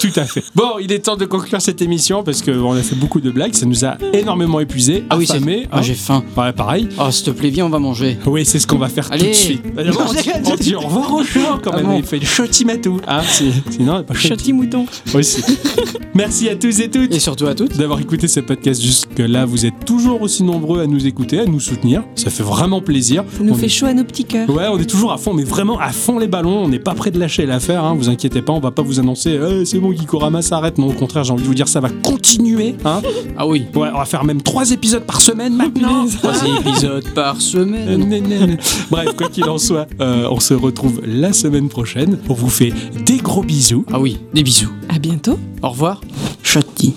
S2: Tout à fait. Bon, il est temps de conclure cette émission parce qu'on a fait beaucoup de blagues. Ça nous a énormément épuisés.
S1: Ah oui, c'est.
S2: affamés.
S1: Ah,
S2: hein.
S1: j'ai faim.
S2: Ouais, pareil.
S1: Ah, s'il te plaît, viens, on va manger.
S2: Oui, c'est ce qu'on va faire tout
S1: Allez.
S2: de suite. Allez, on, dit, on dit au revoir au chat quand
S1: Ah
S2: même.
S1: bon.
S2: Il fait le choti matou. Hein, c'est- sinon, pas
S3: Choti mouton.
S2: aussi. Merci à tous et toutes.
S1: Et surtout à toutes.
S2: d'avoir écouté ce podcast jusque-là. Vous êtes toujours aussi nombreux à nous écouter, à nous soutenir. Ça fait vraiment plaisir.
S3: Ça nous
S2: On
S3: fait
S2: est-
S3: chaud à nos petits cœurs.
S2: Ouais, on est toujours à fond, mais vraiment à fond les ballons. On n'est pas prêt de lâcher l'affaire. Hein. Vous inquiétez pas, on va pas vous annoncer Eh, c'est bon, Gikorama s'arrête. Non, au contraire, j'ai envie de vous dire ça va continuer. Hein.
S1: Ah oui.
S2: Ouais, on va faire même trois épisodes par semaine maintenant.
S1: Trois épisodes par semaine.
S2: Bref, quoi qu'il en soit, euh, on se retrouve la semaine prochaine. On vous fait des gros bisous.
S1: Ah oui, des bisous.
S3: À bientôt.
S1: Au revoir. Chotti.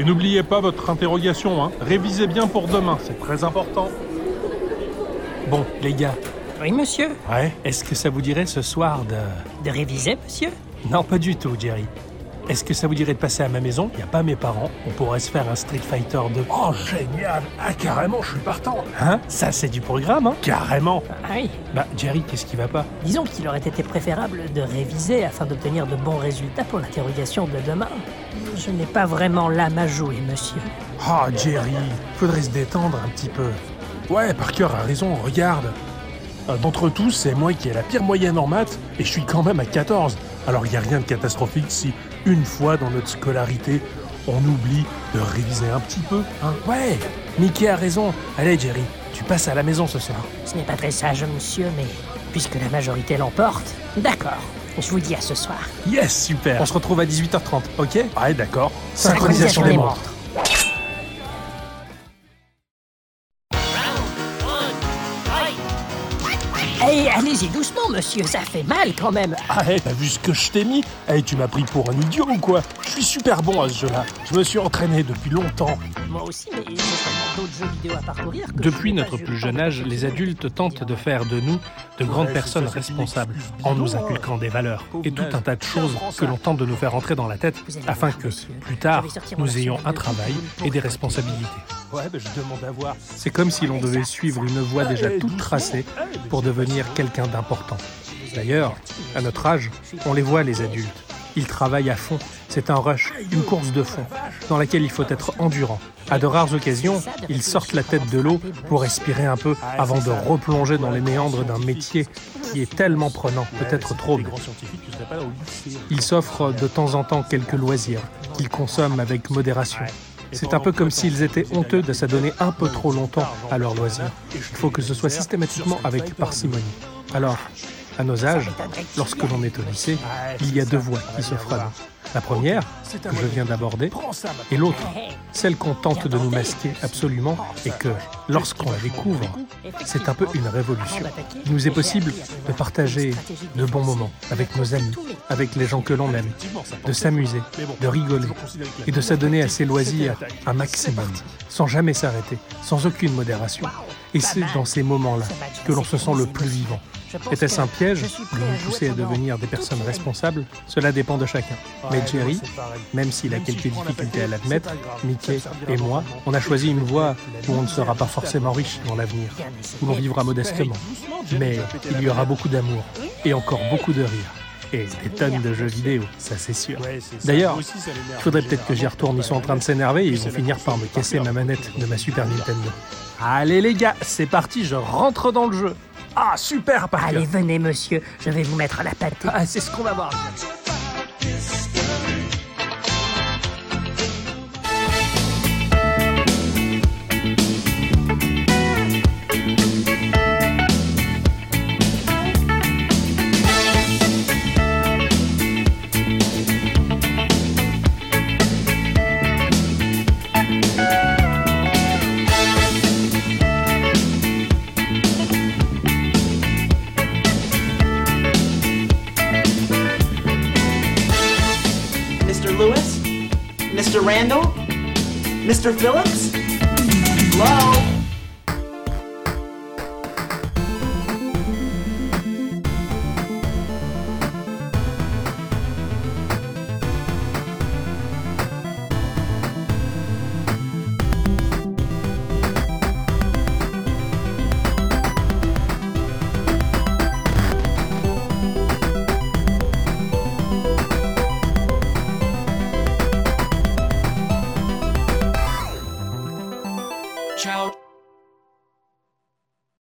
S7: Et n'oubliez pas votre interrogation, hein. Révisez bien pour demain, c'est très important.
S8: Bon, les gars,
S9: Oui, monsieur.
S8: ouais, est-ce que ça vous dirait ce soir de...
S9: De réviser, monsieur
S8: Non, pas du tout, Jerry. Est-ce que ça vous dirait de passer à ma maison Il n'y a pas mes parents. On pourrait se faire un Street Fighter 2.
S7: Oh, génial Ah, carrément, je suis partant
S8: Hein Ça, c'est du programme, hein
S7: Carrément
S9: Ah oui,
S8: Bah, Jerry, qu'est-ce qui va pas
S9: disons qu'il aurait été préférable de réviser afin d'obtenir de bons résultats pour l'interrogation de demain. Je n'ai pas vraiment l'âme à jouer, monsieur.
S7: Ah, Jerry, faudrait se détendre un petit peu. Ouais, Parker a raison, regarde. Euh, D'entre tous, c'est moi qui ai la pire moyenne en maths, et je suis quand même à 14. Alors il n'y a rien de catastrophique si, une fois dans notre scolarité, on oublie de réviser un petit peu, hein Ouais Mickey a raison. Allez, Jerry, tu passes à la maison ce soir.
S9: Ce n'est pas très sage, monsieur, mais puisque la majorité l'emporte, d'accord. Je vous dis à ce soir.
S7: Yes, super
S8: On se retrouve à 18h30, ok
S7: Ouais, d'accord.
S9: Synchronisation des montres. Hey, Eh, allez-y doucement, monsieur, ça fait mal quand même.
S7: Ah, hey, t'as vu ce que je t'ai mis Eh, tu m'as pris pour un idiot ou quoi Je suis super bon à ce jeu-là. Je me suis entraîné depuis longtemps.
S9: Ah, Moi aussi, mais j'ai tellement d'autres jeux vidéo à parcourir que je n'ai
S8: Depuis
S9: pas
S8: notre
S9: eu
S8: plus
S9: le
S8: jeune
S9: temps de
S8: âge,
S9: me
S8: les
S9: poser.
S8: adultes tentent de faire de nous de grandes personnes responsables en nous inculquant des valeurs et tout un tas de choses que l'on tente de nous faire entrer dans la tête afin que, plus tard, nous ayons un travail et des responsabilités.
S7: Ouais, bah, je demande à voir.
S8: C'est comme si l'on devait suivre une voie déjà
S7: Eh,
S8: toute tracée pour devenir quelqu'un d'important. D'ailleurs, à notre âge, on les voit les adultes. Ils travaillent à fond. C'est un rush, une course de fond, dans laquelle il faut être endurant. À de rares occasions, ils sortent la tête de l'eau pour respirer un peu avant de replonger dans les méandres d'un métier qui est tellement prenant, peut-être trop.
S7: Des
S8: même.
S7: grands scientifiques, tu serais pas là au lycée. hein.
S8: Ils s'offrent de temps en temps quelques loisirs qu'ils consomment avec modération. C'est un peu comme s'ils étaient honteux de s'adonner un peu trop longtemps à leurs loisirs. Il faut que ce soit systématiquement avec parcimonie. Alors, à nos âges, lorsque l'on est au lycée, il y a deux voies qui s'offrent à nous. La première, que je viens d'aborder, et l'autre, celle qu'on tente de nous masquer absolument et que, lorsqu'on la découvre, c'est un peu une révolution. Il nous est possible de partager de bons moments avec nos amis, avec les gens que l'on aime, de s'amuser, de rigoler et de s'adonner à ses loisirs un maximum, sans jamais s'arrêter, sans aucune modération. Et c'est dans ces moments-là que l'on se sent le plus vivant. Était-ce un piège pour nous pousser à devenir des personnes responsables Cela dépend de chacun. Mais Jerry, même s'il a quelques difficultés à l'admettre, Mickey et moi, on a choisi une voie où on ne sera pas forcément riche dans l'avenir, où l'on vivra modestement. Mais il y aura beaucoup d'amour et encore beaucoup de rire. Et des tonnes de jeux vidéo, ça c'est sûr. D'ailleurs, il faudrait peut-être que j'y retourne, ils sont en train de s'énerver et ils vont finir par me casser ma manette de ma Super Nintendo. Allez les gars, c'est parti, je rentre dans le jeu.
S7: Ah, super, Parker
S9: Allez, venez, monsieur, je vais vous mettre à la pâtée.
S8: Ah, c'est ce qu'on va voir.
S10: Mr. Lewis? Mr. Randall? Mr. Phillips? Hello?